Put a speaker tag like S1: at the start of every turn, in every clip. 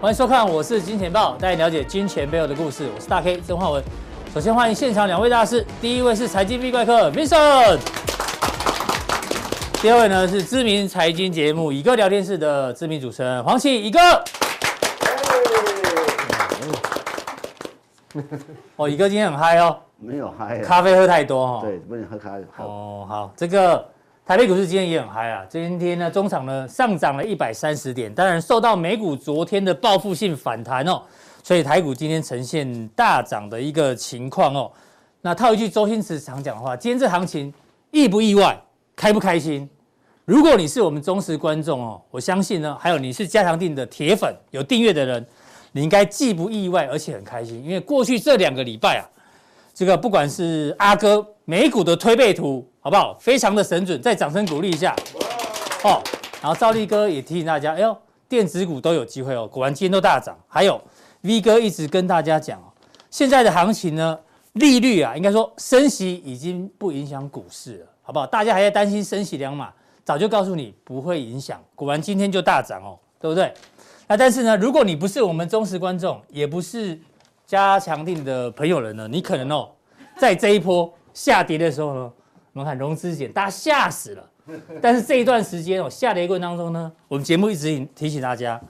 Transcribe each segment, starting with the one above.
S1: 欢迎收看，我是金钱豹，带你了解金钱背后的故事。我是大 K 曾焕文。首先欢迎现场两位大师，第一位是财经壁怪客 Vincent，第二位呢是知名财经节目《以哥聊天室》的知名主持人黄启以哥。哦，以哥今天很嗨哦，
S2: 没有嗨、啊，
S1: 咖啡喝太多哦。
S2: 对，不能喝咖啡。好
S1: 哦，好，这个台北股市今天也很嗨啊，今天呢中场呢上涨了一百三十点，当然受到美股昨天的报复性反弹哦，所以台股今天呈现大涨的一个情况哦。那套一句周星驰常讲的话，今天这行情意不意外，开不开心？如果你是我们忠实观众哦，我相信呢，还有你是加强定的铁粉，有订阅的人，你应该既不意外，而且很开心，因为过去这两个礼拜啊，这个不管是阿哥美股的推背图，好不好？非常的神准，再掌声鼓励一下。哦，然后赵力哥也提醒大家，哎呦，电子股都有机会哦，果然今天都大涨。还有 V 哥一直跟大家讲哦，现在的行情呢，利率啊，应该说升息已经不影响股市了，好不好？大家还在担心升息两码，早就告诉你不会影响，果然今天就大涨哦，对不对？那但是呢，如果你不是我们忠实观众，也不是加强定的朋友人呢，你可能哦，在这一波下跌的时候呢，我们看融资减，大家吓死了。但是这一段时间哦，下跌过程当中呢，我们节目一直提醒大家，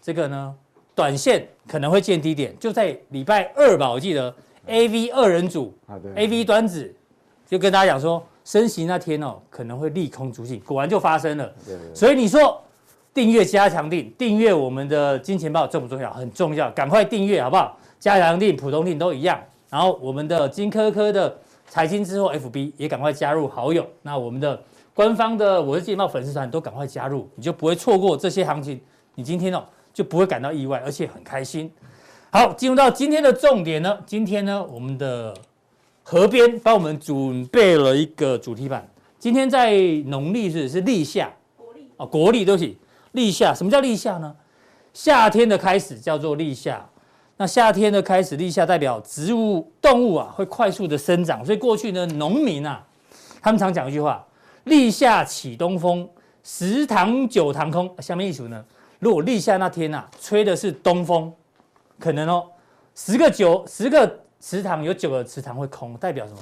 S1: 这个呢，短线可能会见低点，就在礼拜二吧，我记得 A V 二人组
S2: 啊，对
S1: A V 端子就跟大家讲说，升息那天哦，可能会利空出尽，果然就发生了。
S2: 对对对，
S1: 所以你说订阅加强定，订阅我们的金钱豹重不重要？很重要，赶快订阅好不好？加强定、普通定都一样。然后我们的金科科的财经之后 FB 也赶快加入好友。那我们的官方的我是金钱豹粉丝团都赶快加入，你就不会错过这些行情。你今天哦就不会感到意外，而且很开心。好，进入到今天的重点呢，今天呢我们的河边帮我们准备了一个主题版。今天在农历是是立夏，哦，国历对不起，立夏。什么叫立夏呢？夏天的开始叫做立夏。那夏天的开始，立夏代表植物、动物啊会快速的生长，所以过去呢，农民啊，他们常讲一句话：“立夏起东风，十堂九堂空。”下面一组呢，如果立夏那天啊吹的是东风，可能哦，十个九十个池塘有九个池塘会空，代表什么？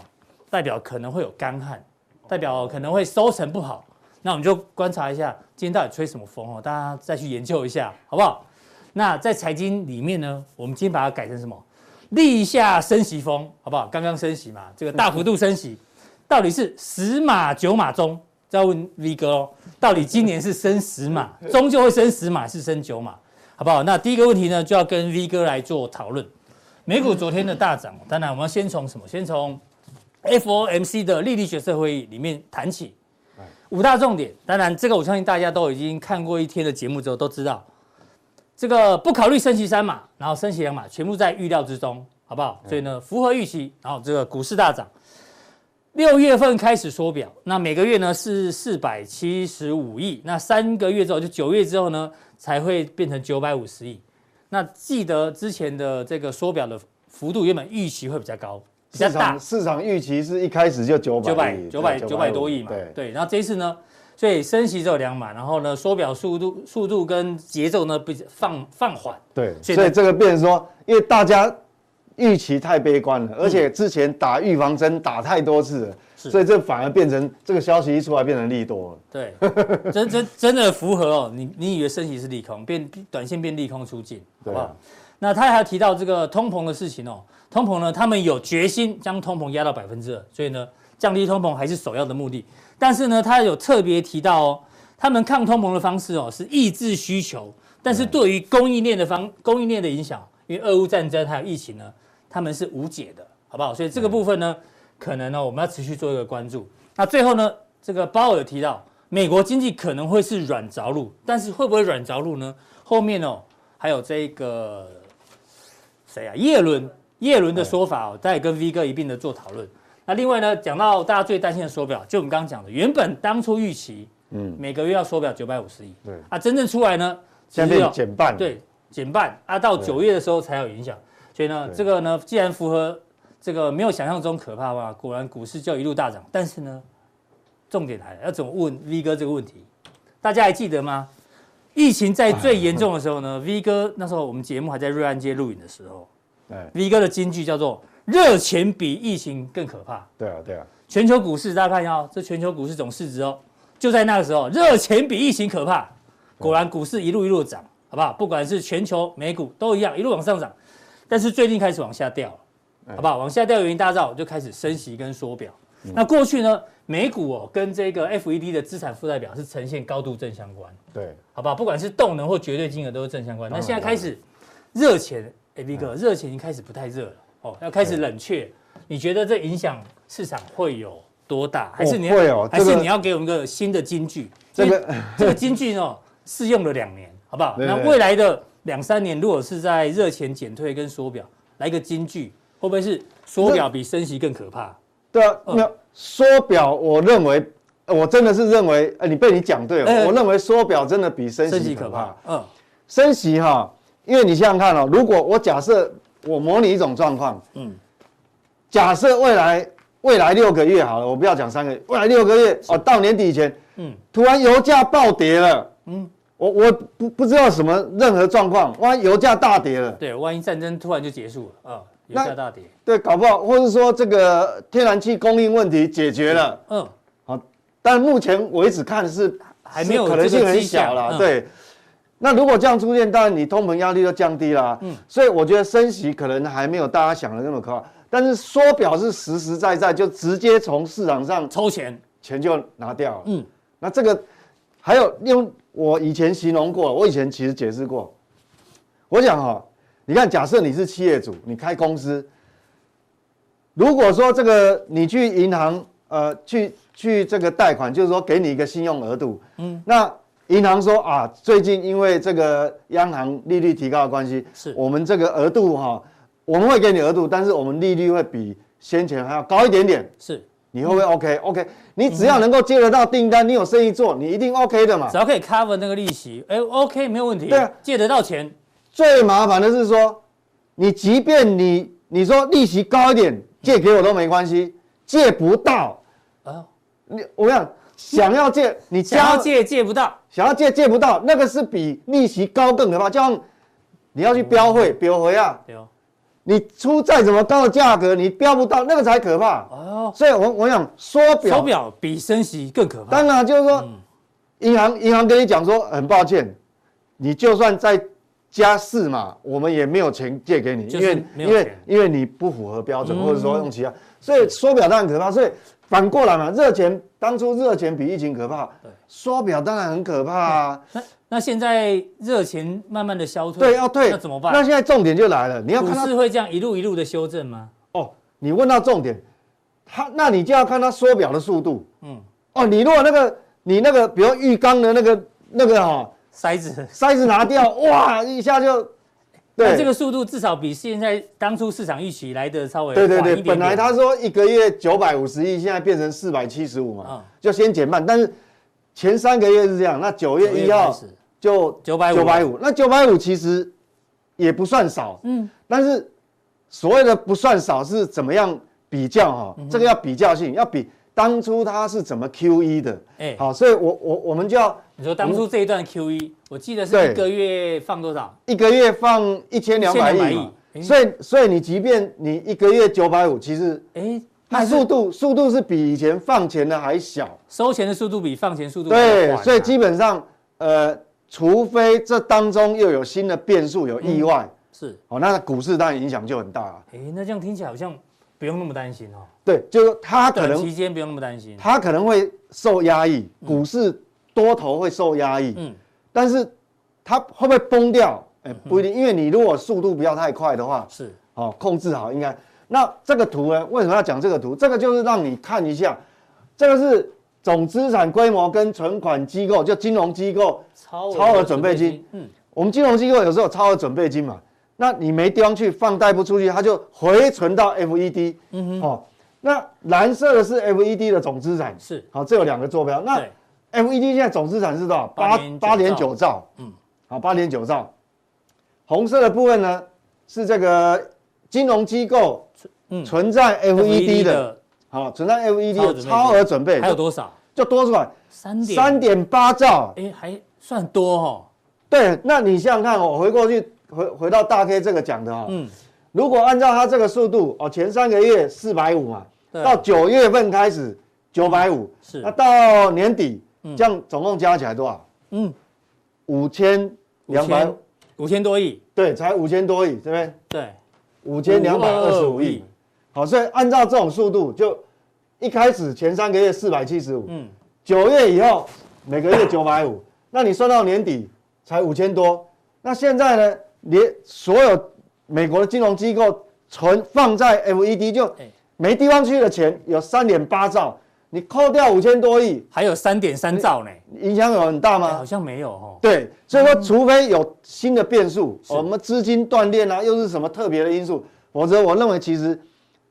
S1: 代表可能会有干旱，代表可能会收成不好。那我们就观察一下今天到底吹什么风哦，大家再去研究一下，好不好？那在财经里面呢，我们今天把它改成什么？立夏升息风，好不好？刚刚升息嘛，这个大幅度升息，到底是十码九码中？再问 V 哥哦，到底今年是升十码，终究会升十码，是升九码，好不好？那第一个问题呢，就要跟 V 哥来做讨论。美股昨天的大涨，哦当然我们要先从什么？先从 FOMC 的利率决策会议里面谈起。
S2: 哎
S1: 五大重点，当然这个我相信大家都已经看过一天的节目之后都知道，这个不考虑升息三码，然后升息两码，全部在预料之中，好不
S2: 哎
S1: 好？所以呢，符合预期，然后这个股市大涨。六月份开始缩表，那每个月呢是四百七十五亿，那三个月之后就九月之后呢才会变成九百五十亿。那记得之前的这个缩表的幅度原本预期会比较高，比较
S2: 市
S1: 大
S2: 场，市场预期是一开始就九
S1: 九
S2: 百
S1: 百九百九百多亿嘛，
S2: 对，
S1: 对。然后这一次呢，所以升息只有两码，然后呢缩表速度速度跟节奏呢比较放放缓，
S2: 对，
S1: 所以
S2: 所以
S1: 呢
S2: 这个变成说，因为大家预期太悲观了，而且之前打预防针打太多次了，
S1: 嗯是
S2: 所以这反而变成这个消息一出来变成利多了。
S1: 对，真真真的符合哦。你你以为升息是利空，变短线变利空出尽，好
S2: 对啊
S1: 不好？那他还提到这个通膨的事情哦，通膨呢，他们有决心将通膨压到百分之二，所以呢，降低通膨还是首要的目的。但是呢，他有特别提到哦，他们抗通膨的方式哦是抑制需求，但是对于供应链的方供应链的影响，因为俄乌战争还有疫情呢，他们是无解的，好不好？所以这个部分呢，可能哦呢我们要持续做一个关注。那最后呢，这个鲍尔提到，美国经济可能会是软着陆，但是会不会软着陆呢？后面哦，还有这个谁啊？叶伦，叶
S2: 哎
S1: 伦的说法哦，他也跟 V 哥一并的做讨论。那另外呢，讲到大家最担心的缩表，就我们刚刚讲的，原本当初预期，嗯，每个月要缩表九百五十亿，
S2: 对
S1: 啊，真正出来呢，
S2: 现在
S1: 只有
S2: 变减半了，
S1: 对，减半啊，到
S2: 对
S1: 九月的时候才有影响。所以呢，
S2: 对
S1: 这个呢，既然符合这个没有想象中可怕嘛，果然股市就一路大涨。但是呢，重点来了，要怎么问 V 哥这个问题？大家还记得吗？疫情在最严重的时候呢，V 哥那时候我们节目还在瑞安街录影的时候
S2: 哎，
S1: ，V 哥的金句叫做“热钱比疫情更可怕”。
S2: 对啊，对啊，
S1: 全球股市，大家看一下哦，这全球股市总市值哦，就在那个时候，热钱比疫情可怕。果然股市一路一路涨，好不好？不管是全球美股都一样，一路往上涨，但是最近开始往下掉了，好不好？往下掉原因大家知道，就开始升息跟缩表。那过去呢，美股哦跟这个 FED 的资产负债表是呈现高度正相关，
S2: 对，
S1: 好不好？不管是动能或绝对金额都是正相关。
S2: 当嗯
S1: 那
S2: 然
S1: 现在开始热钱，哎，V 哥，热钱已经开始不太热了哦，要开始冷却。你觉得这影响市场会有多大？还是你要
S2: 会哦
S1: 还
S2: 这
S1: 是
S2: 个
S1: 你要给我们一个新的金句？
S2: 这
S1: 因为
S2: 个
S1: 这个金句呢，试用了两年，好不好？
S2: 对
S1: 那
S2: 对
S1: 未来的两三年，如果是在热钱减退跟缩表来个金句，会不会是缩表比升息更可怕？
S2: 对啊，
S1: 嗯
S2: 没有缩表，我认为呃我真的是认为，呃，你被你讲对
S1: 哎
S2: 了，我认为缩表真的比升
S1: 升
S2: 息
S1: 息
S2: 可
S1: 可
S2: 怕
S1: 怕。，嗯，
S2: 升息哈，因为你想想看哦，如果我假设我模拟一种状况，嗯
S1: 嗯，
S2: 假设未来未来六个月好了，我不要讲三个月，未来六个月哦，到年底以前，嗯
S1: 嗯，
S2: 突然油价暴跌了，嗯，我我不不知道什么任何状况，万一油价大跌了，
S1: 对，万一战争突然就结束了，嗯，油
S2: 那
S1: 价大跌，
S2: 对，搞不好或是说这个天然气供应问题解决了，
S1: 嗯，
S2: 好，但目前为止看是
S1: 还没有
S2: 是可能性
S1: 这个
S2: 很
S1: 迹
S2: 小
S1: 象
S2: 啦。
S1: 嗯
S2: 对，那如果这样出现，当然你通膨压力就降低啦。嗯，所以我觉得升息可能还没有大家想的那么可怕，但是缩表是实实在在就直接从市场上
S1: 抽钱，
S2: 钱就拿掉了。
S1: 嗯，
S2: 那这个还有用我以前形容过，我以前其实解释过，我讲哈、你看，假设你是企业主，你开公司，如果说这个你去银行，呃，去去这个贷款，就是说给你一个信用额度，嗯，那银行说啊，最近因为这个央行利率提高的关系，
S1: 是
S2: 我们这个额度哈、我们会给你额度，但是我们利率会比先前还要高一点点，
S1: 是，
S2: 你会不会
S1: 嗯
S2: OK？OK，、你只要能够接得到订单，你有生意做，你一定
S1: 嗯
S2: OK 的嘛
S1: 只。要可以 cover 那个利息，哎，OK，没有问题
S2: 啊对啊，
S1: 借得到钱，
S2: 最麻烦的是说，你即便你你说利息高一点，借给我都没关系，借不到，
S1: 啊，
S2: 你我想想要借，你
S1: 想要
S2: 加
S1: 借借不到，
S2: 想要借借不到，那个是比利息高更可怕。就像你要去标会
S1: 嗯
S2: 标回啊，
S1: 对哦，
S2: 你出再怎么高的价格，你标不到，那个才可怕。
S1: 哦，
S2: 所以我我想缩
S1: 手
S2: 表
S1: 表比升息更可怕
S2: 当，然啊就是
S1: 嗯
S2: 说，银行银行跟你讲说，很抱歉，你就算再加四嘛，我们也没有钱借给你，
S1: 就
S2: 因
S1: 是
S2: 为
S1: 没有
S2: 因为
S1: 钱嗯
S2: 因为你不符合标准，或者说用其他，所以缩表当然可怕。所以反过来嘛，热钱当初热钱比疫情可怕
S1: 对，
S2: 缩表当然很可怕啊。
S1: 那那现在热钱慢慢的消退，
S2: 对，要退，
S1: 那怎么办？
S2: 那现在重点就来了，你要
S1: 股
S2: 看它
S1: 市会这样一路一路的修正吗？
S2: 哦，你问到重点，它那你就要看它缩表的速度。嗯
S1: 嗯，
S2: 哦，你如果那个你那个，比如浴缸的那个那个哈、
S1: 筛子，
S2: 塞子拿 掉，哇，一下就，对，
S1: 那这个速度至少比现在当初市场预期来的稍微
S2: 对对
S1: 晚一
S2: 对，
S1: 点点
S2: 本来他说一个月九百五十亿，现在变成四百七十五嘛，
S1: 嗯
S2: 就先减半，但是前三个月是这样，那九月一号就
S1: 950
S2: 九百五，那九百五其实也不算少，嗯，但是所谓的不算少是怎么样比较哈、这个要比较性，要比当初他是怎么 Q E 的，
S1: 哎
S2: 好，所以我我我们就要
S1: 你说当初这一段 Q E，我记得
S2: 对
S1: 是一个月放多少？
S2: 一个月放一千两百亿嘛
S1: 1200亿
S2: 所以所以你即便你一个月九百五，其实
S1: 哎，
S2: 它
S1: 那
S2: 速
S1: 是
S2: 度速度是比以前放钱的还小，
S1: 收钱的速度比放钱速度还
S2: 对
S1: 要，快
S2: 所以
S1: 啊
S2: 基本上呃，除非这当中又有新的变数，有意外，
S1: 是
S2: 哦，那股市当然影响就很大了。
S1: 哎，那这样听起来好像不用那么担心哦，
S2: 对，就是它可
S1: 短
S2: 能
S1: 期间不用那么担心。
S2: 它可能会受压抑，股市多头会受压抑，
S1: 嗯，
S2: 但是它会不会崩掉？哎、不一定，因为你如果速度不要太快的话，
S1: 是
S2: 哦，控制好应该。那这个图呢？为什么要讲这个图？这个就是让你看一下，这个是总资产规模跟存款机构，就金融机构，
S1: 超
S2: 超额
S1: 额
S2: 准备金
S1: 金，嗯，
S2: 我们金融机构有时候有超额准备金嘛，那你没地方去放贷不出去，它就回存到 FED。嗯哼，哦，那蓝色的是 FED 的总资产，
S1: 是
S2: 好、这有两个坐标。那
S1: 对，
S2: FED E 现在总资产是多少？
S1: 8.9
S2: 八点九兆。嗯，好，八点九兆。红色的部分呢是这个金融机构
S1: 嗯
S2: 存在 FED 的，
S1: E 的
S2: 好，存在 FED
S1: 超额
S2: E 的
S1: 准备金
S2: 超额准备
S1: 还有多少？
S2: 就多出来
S1: 三点
S2: 三点八兆，
S1: 哎，还算多哦。
S2: 对，那你想想看哦，我回过去回回到大 K 这个讲的哦，
S1: 嗯，
S2: 如果按照它这个速度哦，前三个月四百五嘛，
S1: 对
S2: 到九月份开始九百五，
S1: 是
S2: 那到年底
S1: 嗯
S2: 这样总共加起来多少？
S1: 嗯，
S2: 五千两百
S1: 5000，五千多亿，
S2: 对，才五千多亿，这边
S1: 对，
S2: 五千两百二十五亿。好，所以按照这种速度，就一开始前三个月四百七十五，
S1: 嗯，
S2: 九月以后每个月九百五， 那你算到年底才五千多。那现在呢，连所有美国的金融机构存放在 FED 就
S1: 哎
S2: 没地方去的钱有三点八兆，你扣掉五千多亿，
S1: 还有三点三兆呢，
S2: 影响有很大
S1: 哎
S2: 吗
S1: 好？像没有哦，
S2: 对，所以说除非有新的变数，我们资金断裂啊，又是什么特别的因素，否则我认为其实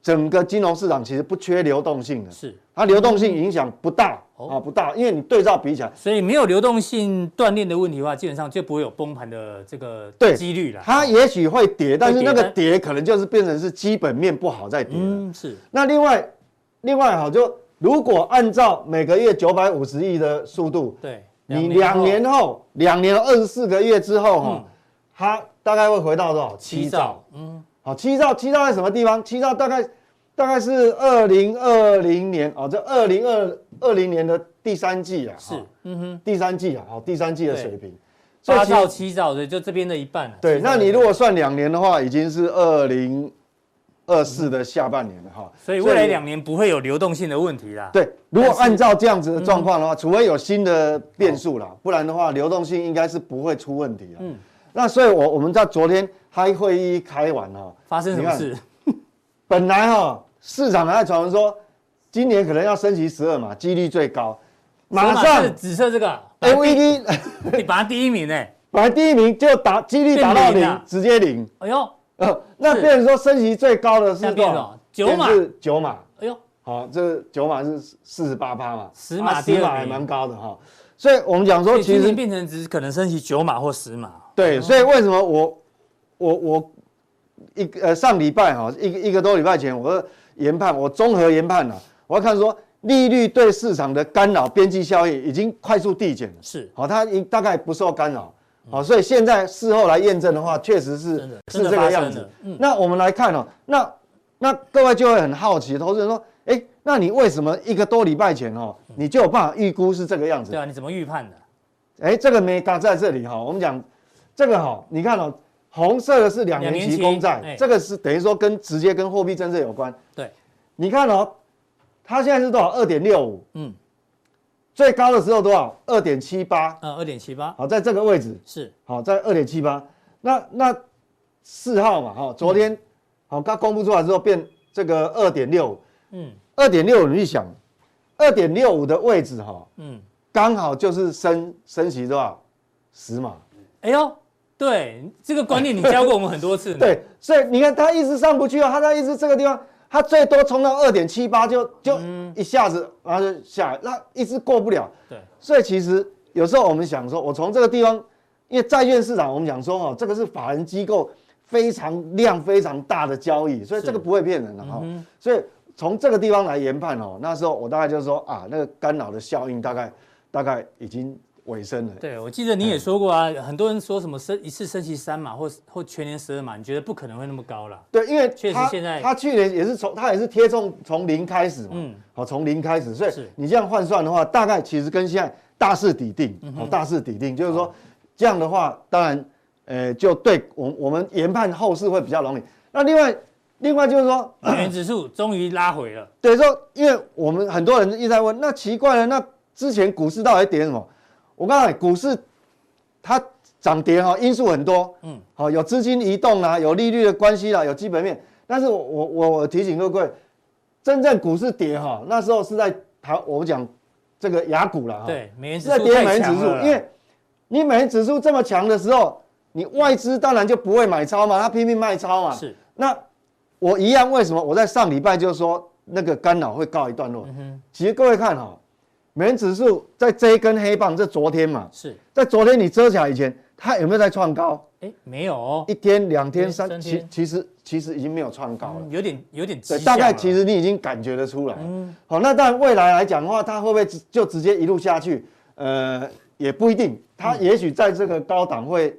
S2: 整个金融市场其实不缺流动性的，
S1: 是，
S2: 它流动性影响不大
S1: 哦
S2: 啊，不大，因为你对照比起来，
S1: 所以没有流动性锻炼的问题的话，基本上就不会有崩盘的这个
S2: 对
S1: 几率了。
S2: 它也许会跌，但是那个
S1: 但
S2: 跌可能就是变成是基本面不好在跌了。
S1: 嗯，是，
S2: 那另外，另外哈，就如果按照每个月九百五十亿的速度，
S1: 对，
S2: 你两年后，两年二十四个月之后哈、
S1: 嗯
S2: 它大概会回到多少？
S1: 七兆，嗯，
S2: 好，七兆，七兆在什么地方？七兆大概大概是二零二零年哦，这二零二二零年的第三季啊，
S1: 是
S2: 哦，
S1: 嗯哼，
S2: 第三季啊，好，第三季的水平。所以
S1: 八
S2: 其实
S1: 兆七兆的就这边的一半啊了。
S2: 对，
S1: 七兆
S2: 那
S1: 的
S2: 你如果算两年的话，已经是二零二四的下半年了哈。
S1: 所以未来两年不会有流动性的问题啦。
S2: 对，如果按照这样子的状况的
S1: 嗯
S2: 话，除非有新的变数啦，不然的话，流动性应该是不会出问题啊。
S1: 嗯
S2: 那所以我我们在昨天开会议开完啊哈，
S1: 发生什么
S2: 你看
S1: 事？
S2: 本来哈、市场还在传闻说，今年可能要升息十二嘛，几率最高。
S1: 索
S2: 马
S1: 马
S2: 上哎
S1: 是紫色这个啊，
S2: FED
S1: 你把它第 一名哎，
S2: 本来第一名就打几率打到
S1: 变零
S2: 零
S1: 了，
S2: 直接零。
S1: 哎呦，
S2: 呃，那
S1: 是
S2: 变成说升息最高的
S1: 那
S2: 是多
S1: 变
S2: 少
S1: 了？九码，
S2: 是九码。
S1: 哎呦，
S2: 好，这九码是四十八趴嘛，
S1: 十码
S2: 啊
S1: 第二
S2: 十
S1: 名
S2: 码还蛮高的哈、所以我们讲说，
S1: 所以
S2: 其
S1: 今
S2: 实
S1: 年变成只可能升级九码或十码。
S2: 对，所以为什么我我我一个呃上礼拜哈、一个一个多礼拜前，我研判我综合研判了、啊我要看说利率对市场的干扰边际效应已经快速递减了，
S1: 是
S2: 好、它已大概不受干扰，好、所以现在事后来验证的话，确实是
S1: 嗯真的
S2: 是
S1: 真的
S2: 这个
S1: 发
S2: 样
S1: 生
S2: 子
S1: 了。嗯
S2: 那我们来看哦，那那各位就会很好奇，投资人说，哎，那你为什么一个多礼拜前哦，
S1: 嗯
S2: 你就有办法预估是这个样子
S1: 对？啊，你怎么预判的？
S2: 哎，这个没嘎在这里哈、我们讲这个哈、你看哦，红色的是两
S1: 两
S2: 年
S1: 年
S2: 期
S1: 期
S2: 公债，
S1: 哎
S2: 这个是等于说跟直接跟货币政策有关。
S1: 对，
S2: 你看哦，它现在是多少？二点六五，
S1: 嗯
S2: 最高的时候多少？二点七八，
S1: 呃，二点七八
S2: 好，在这个位置，
S1: 是
S2: 好，在二点七八。那那四号嘛，哈、昨天好，它公布出来之后变这个二点六五，
S1: 嗯
S2: 二点六五，你去想，二点六五的位置哈、
S1: 嗯，
S2: 刚好就是升升息多少？十码。
S1: 哎呦，对这个观念你教过我们很多次呢。
S2: 对，所以你看它一直上不去啊，它在一直这个地方，它最多冲到二点七八就就一下子，然后就下来，那一直过不了。
S1: 对，
S2: 所以其实有时候我们想说，我从这个地方，因为债券市场我们讲说哦，这个是法人机构非常量非常大的交易，所以
S1: 是
S2: 这个不会骗人的哈、所以从这个地方来研判哦，那时候我大概就说啊，那个干扰的效应大概大概已经尾声了。
S1: 对，我记得你也说过啊，很多人说什么升一次升息三码或或全年十二码，你觉得不可能会那么高啦。
S2: 对，因为
S1: 确实
S2: 他
S1: 现在
S2: 他去年也是从他也是贴中从零开始嘛，
S1: 嗯
S2: 好，从零开始，所以
S1: 是
S2: 你这样换算的话，大概其实跟现在大势底定，
S1: 嗯
S2: 好、大势底定，就是说这样的话，当然，呃，就对我我们研判后市会比较容易。那另外，另外就是说，
S1: 美元指数终于拉回了，
S2: 等于说，因为我们很多人一直在问，那奇怪了，那之前股市到底跌什么？我告诉你，股市它涨跌哈、因素很多，
S1: 嗯
S2: 嗯，好、有资金移动啦、啊有利率的关系啦、有基本面。但是我我我我提醒各位，真正股市跌哈、那时候是在台我们讲这个雅股了哈，
S1: 对，美元
S2: 是
S1: 指
S2: 在
S1: 数
S2: 跌美
S1: 太
S2: 元指
S1: 强
S2: 数
S1: 了啦，，
S2: 因为你美元指数这么强的时候，你外资当然就不会买超嘛，它拼命卖超嘛，
S1: 是
S2: 那我一样，为什么我在上礼拜就说那个干扰会告一段
S1: 嗯
S2: 落？其实各位看哈、美元指数在这一根黑棒，这昨天嘛，
S1: 是，
S2: 在昨天你遮起来以前，它有没有在创高？
S1: 哎，没有哦，
S2: 一天、两天、
S1: 嗯
S2: 三，
S1: 三
S2: 其
S1: 天
S2: 其实其实已经没有创高了。
S1: 嗯有啊嗯点有点迹
S2: 对，
S1: 象
S2: 大概
S1: 了
S2: 其实你已经感觉得出来。好，那但未来来讲的话，它会不会直就直接一路下去？呃，也不一定，它
S1: 嗯
S2: 也许在这个高档会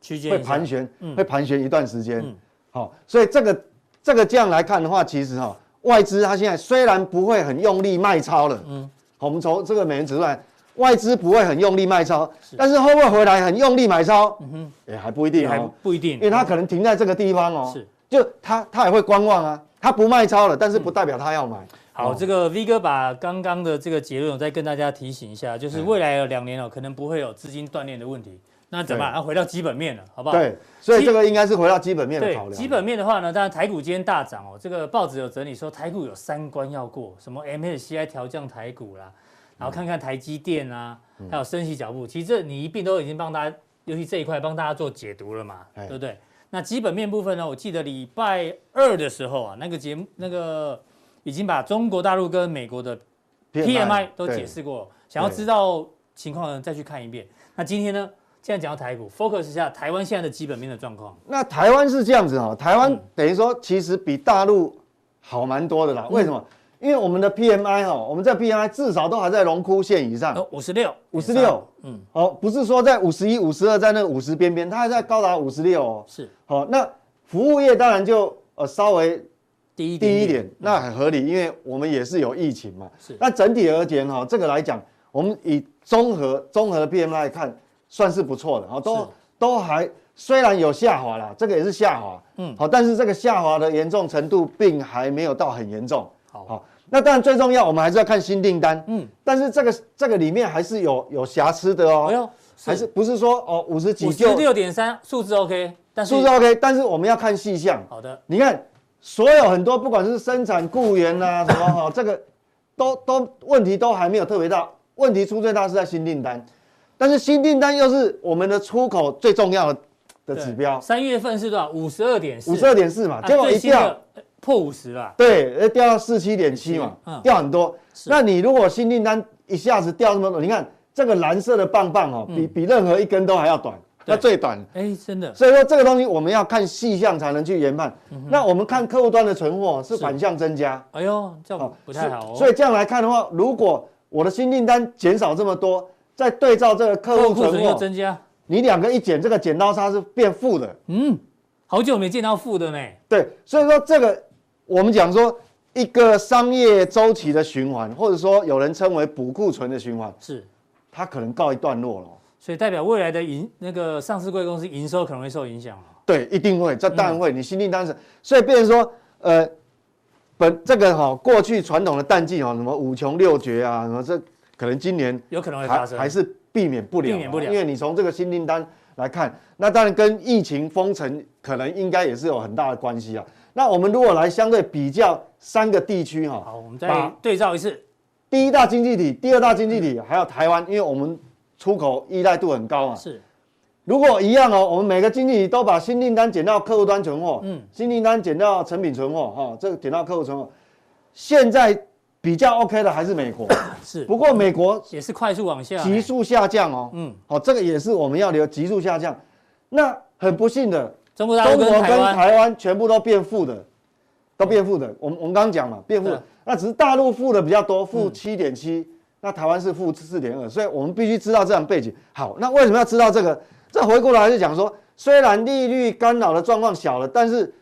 S1: 区间
S2: 会
S1: 一下
S2: 盘旋
S1: 嗯，
S2: 会盘旋一段时间
S1: 嗯。
S2: 好，所以这个这个这样来看的话，其实哈，外资它现在虽然不会很用力卖超了，
S1: 嗯
S2: 嗯，好，我们从这个美元指数来，外资不会很用力卖超，但是会不会回来很用力买超，嗯哼，也还不一定
S1: 也还
S2: 哦，
S1: 不一定，
S2: 因为它可能停在这个地方哦，
S1: 是，嗯
S2: 就它它也会观望啊，它不卖超了，但是不代表它要买。
S1: 好，这个 V 哥把刚刚的这个结论，我再跟大家提醒一下，就是
S2: 嗯
S1: 未来有两年哦，可能不会有资金断裂的问题。那怎么办？
S2: 对
S1: 要回到基本面了，好不好？
S2: 对，所以
S1: 基
S2: 这个应该是回到基本面的
S1: 对。
S2: 考量。
S1: 基本面的话呢，当然台股今天大涨哦。这个报纸有整理说，台股有三关要过，什么 MSCI 调降台股啦，然后看看台积电啊，
S2: 嗯
S1: 还有升息脚步。其实这你一并都已经帮大家，尤其这一块帮大家做解读了嘛，
S2: 哎
S1: 对不对？那基本面部分呢，我记得礼拜二的时候啊，那个节目那个已经把中国大陆跟美国的 PMI 都
S2: 对
S1: 解释过，想要
S2: 对
S1: 知道情况呢，再去看一遍。那今天呢，既然讲到台股，focus 一下台湾现在的基本面的状况。
S2: 那台湾是这样子哈，台湾等于说其实比大陆好蛮多的啦。为什么？因为我们的 PMI 哈，我们这 PMI 至少都还在荣枯线以上，
S1: 哦，五十六，
S2: 啊五十六，
S1: 嗯，
S2: 哦，不是说在五十一、五十二，在那五十边边，它还在高达五十六哦。
S1: 是
S2: 好、那服务业当然就呃稍微
S1: 低一嗯
S2: 低一点，那很合理，因为我们也是有疫情嘛。
S1: 是
S2: 那整体而言哈、这个来讲，我们以综合综合的 PMI 来看，算是不错的，哈、
S1: 是
S2: 都都还虽然有下滑啦，这个也是下滑，
S1: 嗯
S2: 嗯，好，但是这个下滑的严重程度并还没有到很严重，
S1: 好
S2: 那当然最重要，我们还是要看新订单，
S1: 嗯
S2: 嗯，但是这个这个里面还是有有瑕疵的哦，
S1: 哎呦，
S2: 还是不是说哦五十几
S1: 五十
S2: 就
S1: 六点三，数字 OK，但是
S2: 数字 OK，但是我们要看细项，
S1: 好的，
S2: 你看，所有很多不管是生产雇员呐、什么哈、这个都都问题都还没有特别大，问题出最大是在新订单，但是新订单又是我们的出口最重要的的
S1: 对
S2: 指标，
S1: 三月份是多少？五十二点四，
S2: 五十二点四嘛，
S1: 啊
S2: 结果一
S1: 最新的
S2: 掉，
S1: 呃破五十了，
S2: 对，呃掉到四七点七嘛
S1: 嗯，
S2: 掉很多。那你如果新订单一下子掉这么多，你看这个蓝色的棒棒哦，
S1: 嗯
S2: 比比任何一根都还要短，那最短。
S1: 哎，真的
S2: 所以说这个东西我们要看细项才能去研判。
S1: 嗯
S2: 那我们看客户端的存货是反向增加，
S1: 哎呦，这样
S2: 哦，
S1: 不太好哦。
S2: 所所以这样来看的话，如果我的新订单减少这么多，再对照这个客户
S1: 库存
S2: 存
S1: 又
S2: 货，
S1: 增加，
S2: 你两个一减，这个剪刀差是变负的。
S1: 嗯，好久没见到负的呢。
S2: 对，所以说这个我们讲说一个商业周期的循环，或者说有人称为补库存的循环，
S1: 是，
S2: 它可能告一段落了哦。
S1: 所以代表未来的营那个上市贵公司营收可能会受影响哦
S2: 对，一定会，这当然会，你新订单是，所以变成说，呃，本这个哈、过去传统的淡季哦，什么五穷六绝啊，什么这可能今年
S1: 有可能会发
S2: 还
S1: 生。
S2: 还是避免不了啊，
S1: 避免不了
S2: 因为你从这个新订单来看，那当然跟疫情封城可能应该也是有很大的关系啊。那我们如果来相对比较三个地区哈、
S1: 好，我们
S2: 把
S1: 再对照一次。
S2: 第一大经济体、第二大经济
S1: 嗯
S2: 体，还有台湾，因为我们出口依赖度很高嘛。
S1: 是，
S2: 如果一样哦，我们每个经济体都把新订单减到客户端存货，
S1: 嗯
S2: 嗯，新订单减到成品存货，哈、这个减到客户存货。现在比较 OK 的还是美国，
S1: 是，
S2: 不过美国
S1: 也是快速往下。欸
S2: 急速下降哦，
S1: 嗯，
S2: 好、这个也是我们要留急速下降。那很不幸的，
S1: 中国大
S2: 中
S1: 陆
S2: 国
S1: 跟
S2: 跟
S1: 台湾，
S2: 台湾全部都变负的，都变负的。我们我们刚刚讲嘛，变负
S1: 对嗯
S2: 的，那只是大陆负的比较多，负七点七，那台湾是负四点二，所以我们必须知道这样背景。好，那为什么要知道这个？这回过来就讲说，虽然利率干扰的状况小了，但是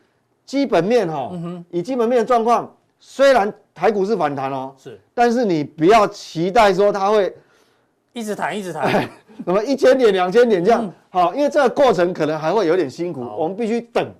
S2: 基本面哈、
S1: 嗯
S2: 以基本面的状况，虽然台股是反弹哦，
S1: 是
S2: 但是你不要期待说它会
S1: 一直谈一直谈。
S2: 那么一千点、两千点这
S1: 嗯
S2: 样，好，因为这个过程可能还会有点辛苦，我们必须等，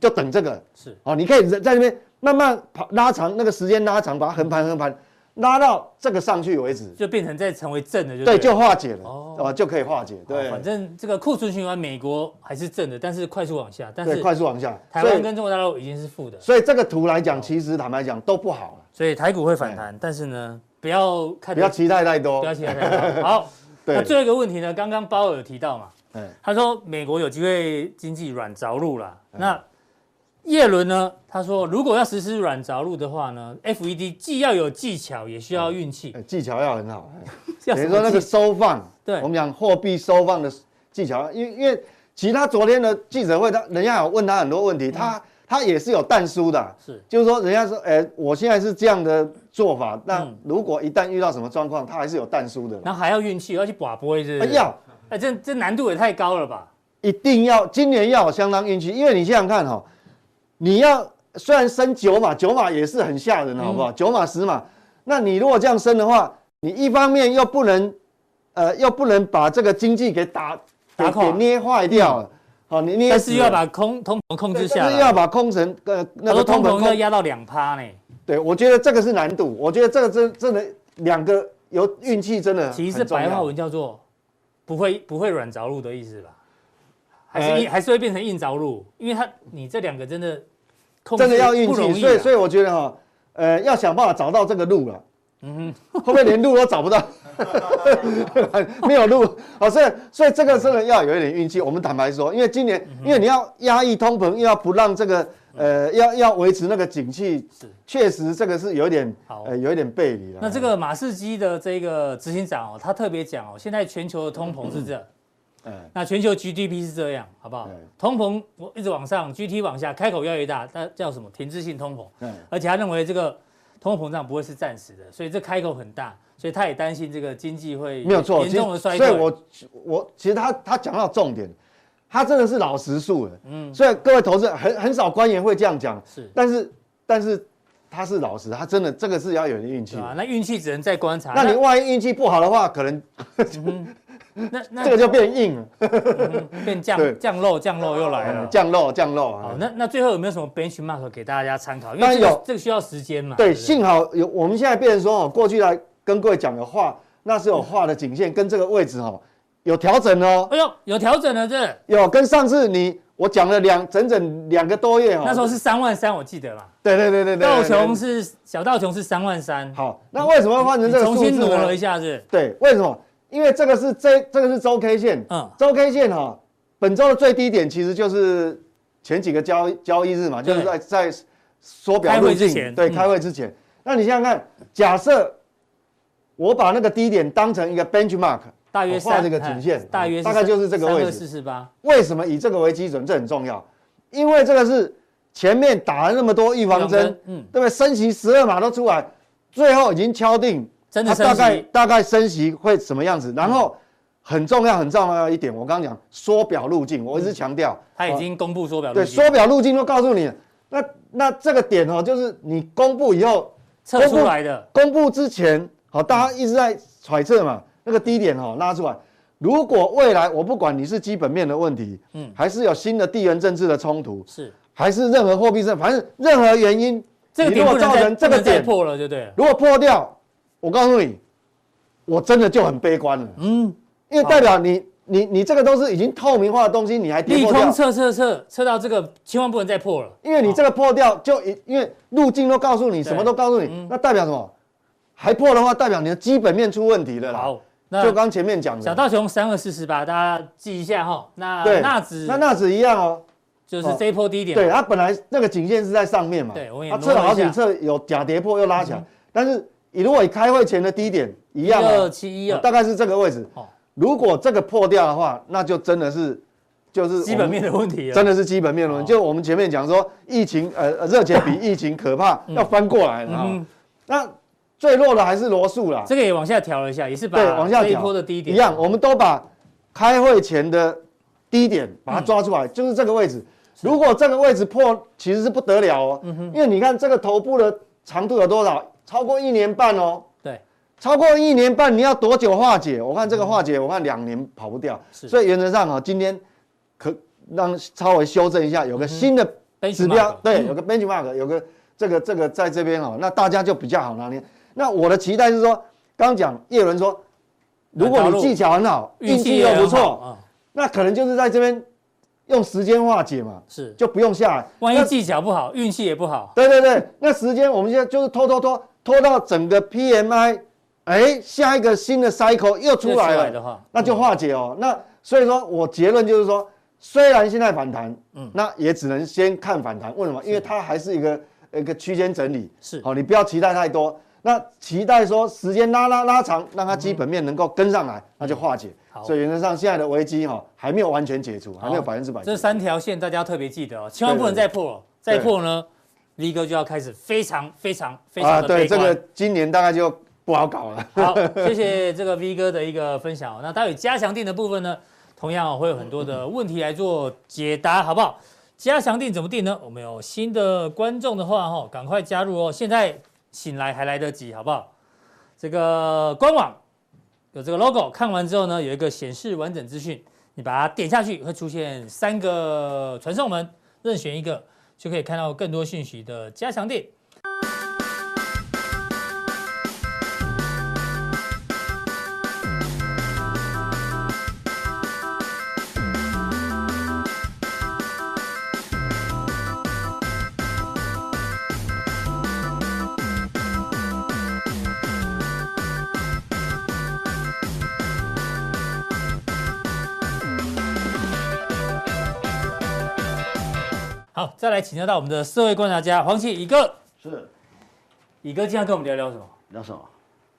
S2: 就等这个
S1: 嗯是
S2: 哦。你可以在那边慢慢跑拉长那个时间，拉长把它横盘横盘，拉到这个上去为止，
S1: 就变成再成为正的就
S2: 对，
S1: 了
S2: 就化解了
S1: 哦
S2: 哦，就可以化解，
S1: 好
S2: 对，
S1: 反正这个库存循环，美国还是正的，但是快速往下，但
S2: 对，
S1: 是
S2: 快速往下。
S1: 台
S2: 所
S1: 湾
S2: 以
S1: 跟中国大陆已经是负的，
S2: 所以这个图来讲，其实坦白讲都不好了，
S1: 所以台股会反弹，但是呢，不要看
S2: 不
S1: 得
S2: 要期待太
S1: 不
S2: 多
S1: 要。期待太高。 好，那
S2: 对，
S1: 最后一个问题呢，刚刚包尔有提到嘛，
S2: 哎，
S1: 他说美国有机会经济软着陆啦。那耶伦呢，他说如果要实施软着陆的话呢，FED 既要有技巧，也需要运气。
S2: 哎技巧要很好。哎
S1: 要
S2: 等
S1: 什
S2: 于
S1: 么
S2: 说那个
S1: 技
S2: 收放，
S1: 对
S2: 我们讲货币收放的技巧，因为因为其实他昨天的记者会，他人家有问他很多问题，他它也是有淡输的啊、
S1: 嗯是
S2: 就是说人家说，哎、我现在是这样的做法，那
S1: 嗯
S2: 如果一旦遇到什么状况，它还是有淡输的嘛。
S1: 然后还要运气，要去把波，是不
S2: 哎
S1: 是？
S2: 要
S1: 哎，这这难度也太高了吧？
S2: 一定要今年要有相当运气，因为你想想看哈、哦，你要虽然升九码，九码也是很吓人的，好不好？九码十码，那你如果这样升的话，你一方面又不能，呃，又不能把这个经济给打
S1: 打
S2: 给
S1: 垮
S2: 给捏坏掉了，好、你捏死了，
S1: 但是又要把空通膨控制
S2: 对
S1: 下
S2: 但
S1: 来，
S2: 是又要把空城呃那
S1: 他说
S2: 个
S1: 通
S2: 膨
S1: 膨
S2: 控
S1: 要压到两趴呢。
S2: 对，我觉得这个是难度，我觉得这个真真的两个有运气真的
S1: 其实
S2: 很
S1: 这
S2: 重要
S1: 白话文叫做不会不会软着陆的意思吧？还
S2: 呃
S1: 是硬、还是会变成硬着陆，因为它你这两个真的控制
S2: 真的要运
S1: 不容易、
S2: 气，所以
S1: 啊。
S2: 所以我觉得哈、呃，要想办法找到这个路了。
S1: 嗯
S2: 会不会连路都找不到？ 没有路哦，所以所以这个真的要有一点运气。我们坦白说，因为今年，
S1: 嗯
S2: 因为你要压抑通膨，又要不让这个呃，要要维持那个景气
S1: 是，
S2: 确实这个是有一点
S1: 好
S2: 呃，有一点背离了。
S1: 那这个马士基的这个执行长哦，他特别讲哦，现在全球的通膨是这，
S2: 哎，
S1: 那全球 GDP 是这样，好不好
S2: 对？
S1: 通膨我一直往上，GDP 往下，开口越来越大，它叫什么停滞性通膨？
S2: 嗯，
S1: 而且他认为这个通货膨胀不会是暂时的，所以这开口很大，所以他也担心这个经济会
S2: 没有错，
S1: 严重的衰
S2: 其
S1: 退。
S2: 实所以我我其实他他讲到重点，他真的是老实数了。
S1: 嗯
S2: 所以各位投资人很很少官员会这样讲，
S1: 是
S2: 但是但是他是老实，他真的这个是要有点运气
S1: 对啊
S2: 的。
S1: 吧？那运气只能再观察。
S2: 那你万一运气不好的话，可能
S1: 那那
S2: 这个就变硬了，
S1: 嗯变
S2: 对
S1: 降降肉降肉又来了。
S2: 降肉降肉啊
S1: 好，。那那最后有没有什么 benchmark 给大家参考？因
S2: 当
S1: 为
S2: 然
S1: 这个
S2: 有
S1: 这个需要时间嘛。
S2: 对，
S1: 不
S2: 幸好有我们现在变成说哦，过去来跟各位讲的话，那是有画的颈线跟这个位置哈有调整哦，
S1: 哎呦，有调整了这，
S2: 有跟上次你我讲了两整整两个多月哦，
S1: 那时候是三万三，我记得嘛。
S2: 对对对对对，
S1: 道
S2: 对对
S1: 琼是小道琼是三万三，
S2: 好，那为什么会换成
S1: 你
S2: 这个
S1: 重
S2: 数字
S1: 新挪了
S2: 呢
S1: 一？下是
S2: 对，为什么？因为这个是这这个是周 K 线，
S1: 嗯
S2: 周 K 线哈、本周的最低点其实就是前几个交易交易日嘛，就是在在缩表
S1: 开会
S2: 路径
S1: 之前
S2: 对，
S1: 嗯
S2: 开会之前。那你想想看，假设我把那个低点当成一个 benchmark，
S1: 大约
S2: 我画
S1: 三
S2: 这个颈
S1: 哎
S2: 线，啊
S1: 大约
S2: 大概就是这个位置
S1: 四。四八。
S2: 为什么以这个为基准？这很重要，因为这个是前面打了那么多预防针，
S1: 预防针嗯
S2: 对不对？升息十二码都出来，最后已经敲定，
S1: 真的
S2: 它大
S1: 升
S2: 概
S1: 息
S2: 大概升息会什么样子？然后很重要很重要一点，我刚刚讲缩表路径，我一直强调，
S1: 他已
S2: 哦
S1: 经公布缩表路
S2: 对
S1: 径，
S2: 缩表路径都告诉你了，那那这个点哦，就是你公布以后，
S1: 测出来的，
S2: 公布之前，好，大家一直在揣测嘛，那个低点哈、拉出来。如果未来我不管你是基本面的问题，嗯
S1: 嗯，
S2: 还是有新的地缘政治的冲突，
S1: 是
S2: 还是任何货币政，反正任何原因，
S1: 这个
S2: 你如
S1: 点
S2: 果
S1: 不能
S2: 造
S1: 再
S2: 成这
S1: 不
S2: 个
S1: 能再
S2: 点，嗯
S1: 破了，就对了。
S2: 如果破掉，我告诉你，我真的就很悲观了，
S1: 嗯，
S2: 因为代表你你你这个都是已经透明化的东西，你还跌
S1: 利
S2: 破
S1: 空
S2: 掉，
S1: 测测测测到这个，千万不能再破了。
S2: 因为你这个破掉就一因为路径都告诉你，什么都告诉你
S1: 嗯，
S2: 那代表什么？还破的话，代表你的基本面出问题了啦。
S1: 好，那
S2: 就刚前面讲的，
S1: 小道熊三二四十八，大家记一下哈。那
S2: 对
S1: 纳指
S2: 那纳指一样哦，
S1: 就是这一波低点，
S2: 对，它本来那个颈线是在上面嘛，
S1: 对我也
S2: 它
S1: 挪
S2: 测了好
S1: 一
S2: 几
S1: 下嗯
S2: 次有假跌破又拉起来，但是你如果以开会前的低点一
S1: 一
S2: 样
S1: 二
S2: 哦，
S1: 七一二，
S2: 大概是这个位置
S1: 哦，
S2: 如果这个破掉的话，那就真的是就是
S1: 基本
S2: 我们
S1: 面的问题
S2: 真
S1: 了。
S2: 的是基本面了，
S1: 哦
S2: 就我们前面讲说疫情呃呃 热钱比疫情可怕，要翻过来了啊
S1: 嗯，
S2: 那最弱的还是罗素啦，
S1: 这个也往下调了一下，也是把
S2: 对，往下
S1: 这一
S2: 调
S1: 波的低点
S2: 一样，我们都把开会前的低点
S1: 嗯
S2: 把它抓出来，就是这个位置。如果这个位置破，其实是不得了
S1: 嗯
S2: 哦，因为你看这个头部的长度有多少，超过一年半哦，
S1: 对，
S2: 超过一年半你要多久化解？我看这个化解，我看两年跑不掉，
S1: 嗯是
S2: 所以原则上啊，今天可让稍微修正一下，有个新的指标
S1: 嗯 benchmark，嗯
S2: 对，有个 benchmark，有个这个这个在这边哦，那大家就比较好拿捏。那我的期待是说，刚讲叶伦说，如果你技巧很好，运气又
S1: 也
S2: 不
S1: 很好
S2: 错，
S1: 啊，
S2: 那可能就是在这边用时间化解嘛，
S1: 是。
S2: 就不用下来。
S1: 万
S2: 那
S1: 一技巧不好，运气也不好，
S2: 对对对，那时间我们现在就是拖拖拖拖到整个 PMI，哎，下一个新的 cycle 又出来
S1: 这
S2: 了，
S1: 的话，
S2: 那就化解哦。那所以说我结论就是说，虽然现在反弹，嗯，那也只能先看反弹。为什么？因为它还是一个一个区间整理，
S1: 是
S2: 好、你不要期待太多。那期待说时间拉拉拉长，让它基本面能够跟上来，那就化解。
S1: 好
S2: 所以原则上现在的哦危机哈、还没有完全解除，还没有百分之百解除。
S1: 这三条线大家要特别记得哦，千万不能再破了。再破呢，力哥就要开始非常非常非
S2: 啊，
S1: 常的
S2: 对，
S1: 悲
S2: 这
S1: 观。
S2: 个今年大概就不好搞了。
S1: 好，谢谢这个 V 哥的一个分享、哦。那待会加强定的部分呢，同样、哦、会有很多的问题来做解答，好不好？加强定怎么定呢？我们有新的观众的话、哦，哈，赶快加入哦！现在醒来还来得及，好不好？这个官网有这个 logo，看完之后呢，有一个显示完整资讯，你把它点下去，会出现三个传送门，任选一个就可以看到更多讯息的加强定。好，再来请教到我们的社会观察家黄启乙哥。
S3: 是
S1: 乙哥今天要跟我们聊聊什么？
S3: 聊什么？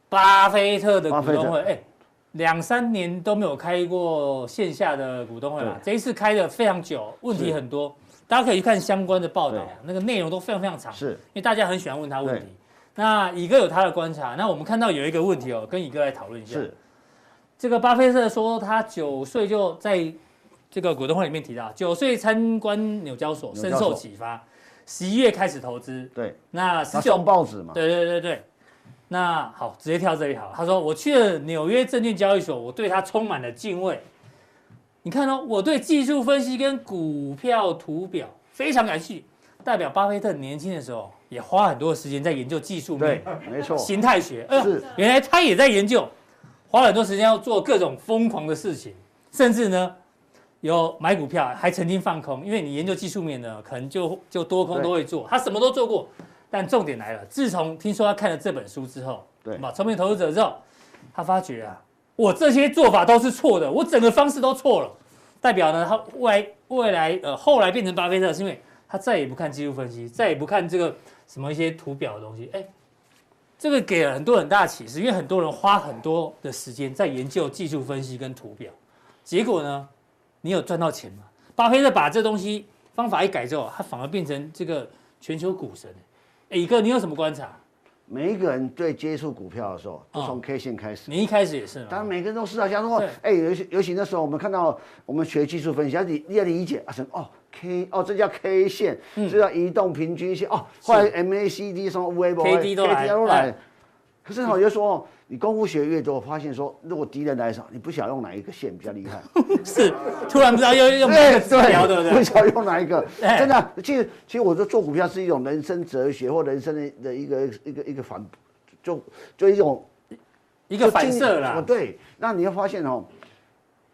S1: 巴菲特的股东
S2: 巴
S1: 会，
S2: 菲特
S1: 哎，两三年都没有开过线下的股东会了，这一次开的非常久，问题很多，大家可以去看相关的报道
S3: 对，
S1: 那个内容都非常非常长，因
S3: 是
S1: 为大家很喜欢问他问题
S3: 对。
S1: 那乙哥有他的观察，那我们看到有一个问题哦，跟乙哥来讨论一下。
S3: 是
S1: 这个巴菲特说，他九岁就在这个股东会里面提到，九岁参观纽交所，
S3: 纽
S1: 深
S3: 交所
S1: 受启发，十一月开始投资，
S3: 对，
S1: 那十
S3: 他
S1: 九
S3: 上报纸嘛，
S1: 对对对对，那好，直接跳这里好了。他说我去了纽约证券交易所，我对它充满了敬畏。你看哦，我对技术分析跟股票图表非常感兴趣，代表巴菲特年轻的时候也花很多时间在研究技术
S3: 对
S1: 面、，
S3: 没错，
S1: 形态学。哎呦，
S3: 是
S1: 原来他也在研究，花了很多时间要做各种疯狂的事情，甚至呢。有买股票，还曾经放空，因为你研究技术面呢，可能就就多空
S3: 对
S1: 都会做，他什么都做过。但重点来了，自从听说他看了这本书之后，
S3: 对
S1: 嘛，聪明投资者之后，他发觉啊，我这些做法都是错的，我整个方式都错了。代表呢，他未来未来呃后来变成巴菲特，是因为他再也不看技术分析，再也不看这个什么一些图表的东西。哎，这个给了很多人很大的启示，因为很多人花很多的时间在研究技术分析跟图表，结果呢，你有赚到钱吗？巴菲特把这东西方法一改之后，他反而变成这个全球股神。哎，乙哥，你有什么观察？
S3: 每一个人对接触股票的时候，都从 K 线开始。
S1: 你一开始也是
S3: 当然，
S1: 吗？
S3: 每个人都是啊。假如
S1: 啊
S3: 说
S1: 对，
S3: 哎，尤其尤其那时候，我们看到我们学技术分析，要理要理解啊，什么哦 K 哦，这叫 K 线，
S1: 嗯
S3: 这叫移动平均线哦。后来 MACD 什么 w b
S1: KD 都来
S3: 都
S1: 哎
S3: 来。可是好，有时候你功夫学越多，发现说，如果敌人来的时候，你不晓得用哪一个线比较厉害。哎
S1: 是，突然不知道要用哪个指标， 对不对？
S3: 晓得用哪一个，
S1: 哎
S3: 真的啊。其实，其实我说做股票是一种人生哲学或人生的的一个一个一个反，就就一种
S1: 一
S3: 一
S1: 个反射啦。
S3: 哦对，那你会发现哦，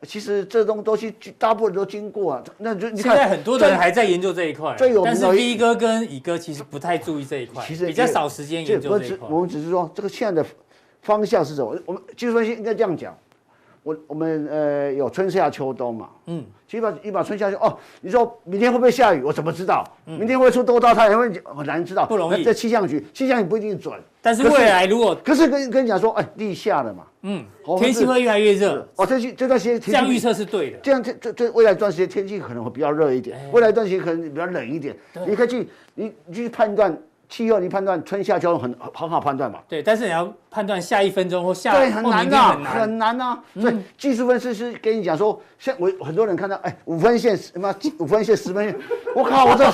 S3: 其实这种东西大部分都经过啊。那你就你
S1: 现
S3: 看
S1: 在很多的人还在研究这一块，啊
S3: 最有名
S1: 但
S3: 的
S1: 是 V 哥跟乙哥其实不太注意这一块，
S3: 其实
S1: 比较少时间研
S3: 这
S1: 究
S3: 不
S1: 这一
S3: 只
S1: 块。
S3: 我们只是说这个现在的方向是什么？我们技术分析应该这样讲，我我们呃有春夏秋冬嘛，
S1: 嗯
S3: 嗯，基本你把春夏秋哦，你说明天会不会下雨？我怎么知道？明天会出多大太阳？会很难知道，
S1: 嗯不容易
S3: 那这气象局气象局不一定准，
S1: 但是
S3: 可
S1: 未来如果
S3: 可是跟跟你讲说，哎，立夏了嘛，
S1: 嗯
S3: 我们
S1: 天气
S3: 是
S1: 会越来越热，
S3: 哦，这这段时间
S1: 这
S3: 天
S1: 样预
S3: 气
S1: 测是对的。
S3: 这样这这这未来一段时间天气可能会比较热一点
S1: 哎，
S3: 未来一段时间可能比较冷一点
S1: 对，
S3: 你可以去你你去判断气候，你判断春夏秋冬很很很好判断嘛。
S1: 对，但是你要判断下一分钟或下
S3: 对，很
S1: 或明
S3: 难
S1: 天
S3: 的，
S1: 很
S3: 很
S1: 难。
S3: 难呐。所以技术分析是跟你讲说，像我很多人看到，哎，五分线什么五分线十分线，我靠，我这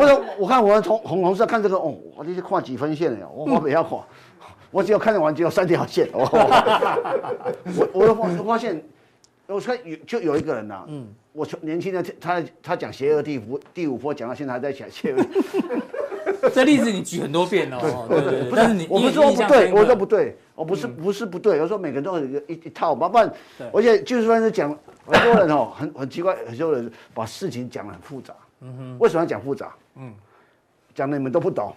S3: 我说我看我从红红色看这个，哦，我这是跨几分线了呀，我我不要跨，我只有看得完只有三条线，哦我我都发发现，我看有就有一个人呐、嗯。我从年轻的他他讲邪恶第五第五波讲到现在还在讲邪恶，
S1: 这例子你举很多遍了哦，对对对。但是你因
S3: 我不
S1: 为
S3: 是说
S1: 印象
S3: 不对，
S1: 深刻
S3: 我说不对，我不是不是不对，我说每个人都有一个一一套嘛，不然
S1: 嗯对，
S3: 而且就是说是讲很多人哦，很很奇怪，很多人把事情讲得很复杂，
S1: 嗯
S3: 为什么要讲复杂？嗯，讲的你们都不懂，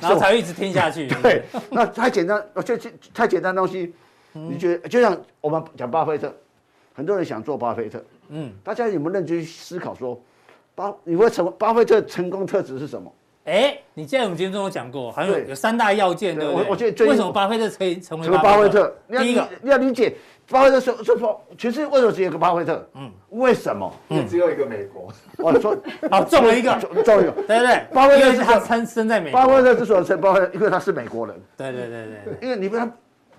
S1: 然后才会一直听下去。
S3: 对，那太简单，呃就就太简单的东西，
S1: 嗯
S3: 你觉得就像我们讲巴菲特，很多人想做巴菲特，
S1: 嗯
S3: 嗯，大家有没有认真去思考说，巴你会成巴菲特成功特质是什么？
S1: 哎，你既然我们今天中有讲过，好像有
S3: 对
S1: 有三大要件，
S3: 对
S1: 对不对？
S3: 我我觉得最
S1: 为什么巴菲特成成为
S3: 成为巴
S1: 特
S3: 菲特？，
S1: 第一个
S3: 你要理解巴菲特说就说全世界为什么只有一个巴菲特？嗯，为什么？
S4: 也只有一个美国，
S3: 我 说
S1: 好哦中了一个，
S3: 终终于，
S1: 对不对？
S3: 巴菲特
S1: 因为
S3: 是
S1: 他生生在美
S3: 巴
S1: 国，
S3: 菲特之所以成巴菲特，因为他是美国人，
S1: 对对对对对，
S3: 因为你不要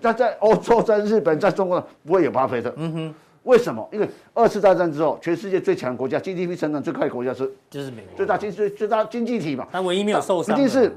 S3: 他在欧洲、在日本、在中国不会有巴菲特。嗯哼，为什么？因为二次大战之后，全世界最强国家 GDP 成长最快的国家是
S1: 就是美国
S3: 最大经最最大经济体嘛，
S1: 他唯一没有受伤
S3: 一
S1: 的，
S3: 定是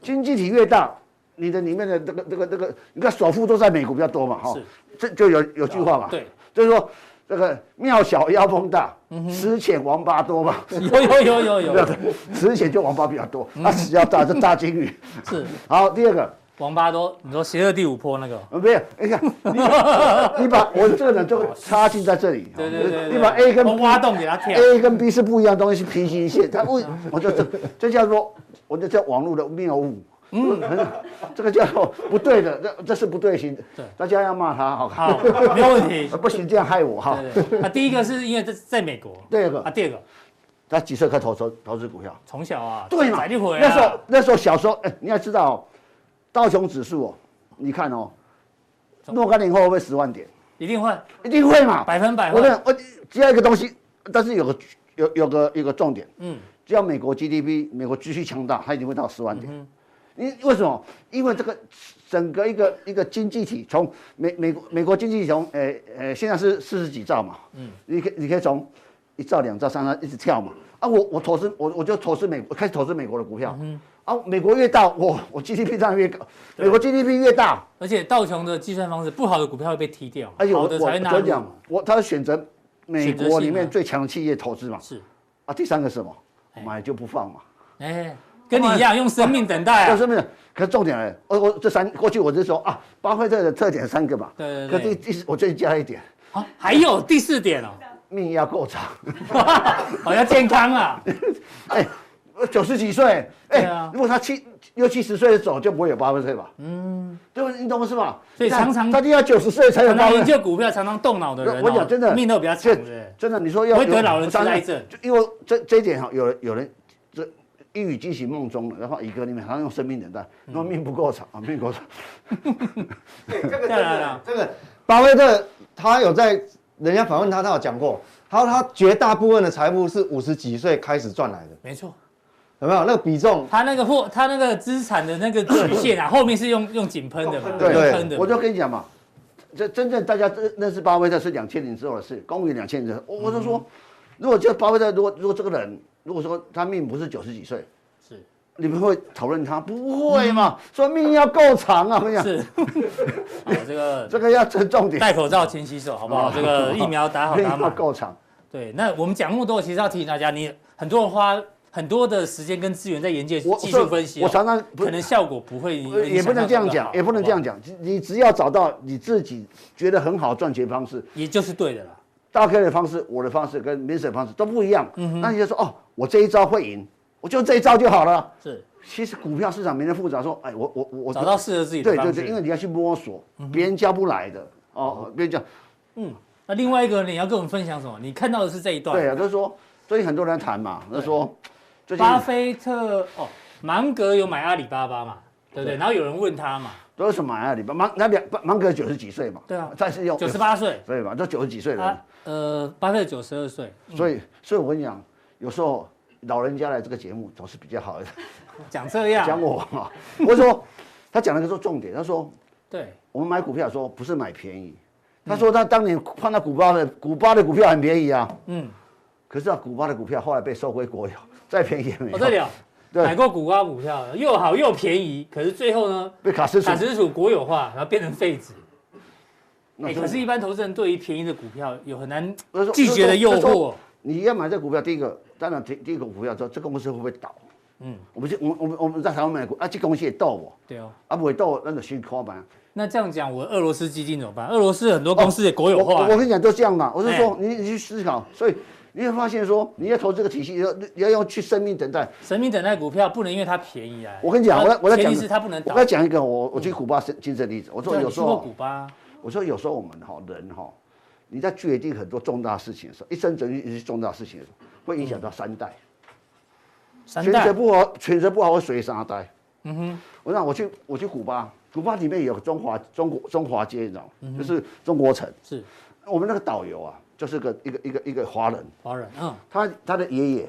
S3: 经济体越大，你的里面的这个这个这个，你看首富都在美国比较多嘛，哈
S1: 是，
S3: 这就有有句话嘛，
S1: 对，嗯
S3: 就是说这个庙小妖风大，池浅王八多嘛，
S1: 有有有有有，
S3: 池浅就王八比较多，
S1: 嗯
S3: 啊，只要大就大 金鱼。
S1: 是
S3: 好，第二个，
S1: 王八多，你说邪恶第五波那个，
S3: 呃，没有，你看，你你把我这个人就插进在这里，
S1: 对对对对，
S3: 你把 A 跟
S1: 我挖洞给他跳，
S3: A 跟 B 是不一样的东西，是平行 线。它为我就这这叫做，我就叫网络的谬误。嗯， 这个叫做不对的，这这是不对行的。
S1: 对
S3: 大家要骂他，好看。
S1: 好，没有问题。
S3: 不行，这样害我哈。
S1: 对对，啊，第一个是因为在在美国，
S3: 哦第二个
S1: 啊，第二个
S3: 他几岁开始投投投资股票？
S1: 从小啊，
S3: 对嘛
S1: 宰就回来
S3: 那时
S1: 了
S3: 候，那时候小时候，哎，你要知道、哦，道琼指数哦，你看哦，若干年后会不会十万点？
S1: 一定会
S3: 一定会嘛，
S1: 百分百
S3: 我
S1: 会，
S3: 讲，我只要一个东西，但是有个有有个有个重点，
S1: 嗯，
S3: 只要美国 GDP 美国继续强大，它一定会到十万点。
S1: 嗯
S3: 你为什么？因为这个整个一个一个经济体从美美国美国经济体从呃呃现在是四十几兆嘛，嗯，你可以你可以从一兆两兆三兆一直跳嘛。啊，我我投资我我就投资美国，开始投资美国的股票，嗯，啊，美国越大，我我 GDP 当然越高，美国 GDP 越大，
S1: 而且道琼的计算方式，不好的股票会被踢掉，
S3: 而且我
S1: 好
S3: 哎我
S1: 的才会纳
S3: 我讲
S1: 入，，
S3: 我他选择美
S1: 选择
S3: 国
S1: 性
S3: 里面
S1: 啊
S3: 最强的企业投资嘛。
S1: 是，
S3: 啊，第三个是什么？买就不放嘛。
S1: 哎，跟你一样用生命等待
S3: 但
S1: 啊，
S3: 是不是？可是重点来，我我这三过去我就说啊，巴菲特的特点三个嘛。
S1: 对对
S3: 可
S1: 对
S3: 第第四我最近加了一点，
S1: 啊，还有第四点哦，
S3: 命要够长。
S1: 好像健康啊，
S3: 哎，我九十几岁，
S1: 对
S3: 哎
S1: 啊，
S3: 如果他七六七十岁的走，就不会有巴菲特吧？嗯，对不对？你懂我是吧？
S1: 所以
S3: 你看
S1: 常常
S3: 他一定要九十岁才有
S1: 常
S3: 巴
S1: 常
S3: 菲
S1: 研
S3: 特。
S1: 究股票、常常动脑的人哦，
S3: 我讲真的，
S1: 命都比较长
S3: 这
S1: 的，
S3: 真的，你说要
S1: 不会得
S3: 有
S1: 老人痴
S3: 当然
S1: 呆症
S3: 就因为这这一点哈，有人有人这一语惊醒梦中了，然后一个里面好像用生命等待，
S1: 嗯
S3: 那命不够长啊，命不够长。
S4: 对，这个真
S1: 当然了
S4: 的，这个
S2: 巴菲特他有在人家访问他，他有讲过，他说他绝大部分的财富是五十几岁开始赚来的，
S1: 没错。
S2: 有没有？那个比重
S1: 他那个货，他那个资产的那个曲线 啊，后面是用用井喷的嘛，
S4: 对
S1: 用喷的嘛，
S3: 我就跟你讲嘛，这真正大家认认识巴菲特是两千年之后的事，公元两千年之后，我我就
S1: 嗯
S3: 说，如果这巴菲特，如果如果这个人，如果说他命不是九十几岁，
S1: 是
S3: 你们会讨论他？不会嘛，说命要够长啊，我跟你讲，
S1: 是。 好，这 个
S3: 这个要这重点，
S1: 戴口罩、勤洗手，好
S3: 哦
S1: 不好？这个疫苗打好
S3: 命
S1: 打
S3: 要
S1: 满。
S3: 够长，
S1: 对，那我们讲那么多，其实要提醒大家，你很多人花很多的时间跟资源在研究
S3: 我
S1: 技术分析哦，
S3: 我常常不
S1: 可能效果不会，
S3: 呃也不能这样讲，也不能这样
S1: 讲，
S3: 讲。你你只要找到你自己觉得很好赚钱方式，
S1: 也就是对的啦。
S3: 大 K 的方式、我的方式跟明 i 的方式都不一样。
S1: 嗯
S3: 那你就说哦，我这一招会赢，我就这一招就好了。
S1: 是
S3: 其实股票市场没人复杂，说哎，我我我我
S1: 找到适合自己的
S3: 对
S1: 方
S3: 对
S1: 式嗯
S3: 对，因为。你要去摸索，别人教不来的哦，别人教
S1: 那另外一个呢，你要跟我们分享什么？你看到的是这一段，
S3: 对啊，就是说最近很多人在谈嘛，就是说最近
S1: 巴菲特哦，芒格有买阿里巴巴嘛，对不对？然后有人问他嘛，
S3: 都是买啊，里边芒那两芒格九十几岁嘛，
S1: 对啊
S3: 但是有
S1: 九十八岁，
S3: 对吧？都九十几岁
S1: 他
S3: 了，
S1: 呃，巴菲特九十二岁，
S3: 所以所以我跟你讲，有时候老人家来这个节目总是比较 好的。
S1: 讲这样，
S3: 讲我啊，我说他讲了个说重点，他说
S1: 对，
S3: 我们买股票说不是买便宜，他说他当年看到古巴的古巴的股票很便宜啊，
S1: 嗯，
S3: 可是啊古巴的股票后来被收归国有，再便宜也没
S1: 哦我这里
S3: 有，
S1: 有
S3: 对
S1: 买过古巴股票，又好又便宜，可是最后呢，
S3: 被卡斯楚
S1: 卡。斯属国有化，然后变成废纸。
S3: 那
S1: 哎，
S3: 真
S1: 可
S3: 的
S1: 是，一般投资人对于便宜的股票有很难
S3: 我说
S1: 拒绝的诱。
S3: 我说
S1: 惑。
S3: 你要买这股票，第一个当然第第一个股票说这公司会不会倒？
S1: 嗯
S3: 嗯，我们就我们我们我们在台湾买股啊，这公司也倒我，
S1: 对哦，
S3: 啊不会倒我，那就先看板。
S1: 那这样讲，我俄罗斯基金怎么办？俄罗斯很多公司也国有
S3: 我哦我
S1: 化
S3: 我，跟你讲都这样嘛，我是说
S1: 哎
S3: 你你去思考，所以你会发现说你要投这个体系，你要你要用去生命等待。
S1: 神明等待股票不能因为它便宜啊。
S3: 我跟你讲，我在我在
S1: 前
S3: 讲
S1: 提是它不能倒嗯
S3: 我。要讲一个我我去古巴亲亲身例子，我说
S1: 对啊
S3: 有
S1: 你
S3: 时
S1: 去过
S3: 候
S1: 古巴，
S3: 我说有时候我们哈人哈，你在决定很多重大事情的时候，一生决定一些重大事情的时候，会影响到三代，
S1: 三
S3: 选择
S1: 嗯代
S3: 不好，选择不好会随三代。
S1: 嗯哼，
S3: 我让我去我去古巴，古巴里面有中华中国中华街，你知道
S1: 嗯
S3: 吗？就是中国城。
S1: 是
S3: 我们那个导游啊，就是个一个一个一个华人，
S1: 华人，嗯，
S3: 他他的爷爷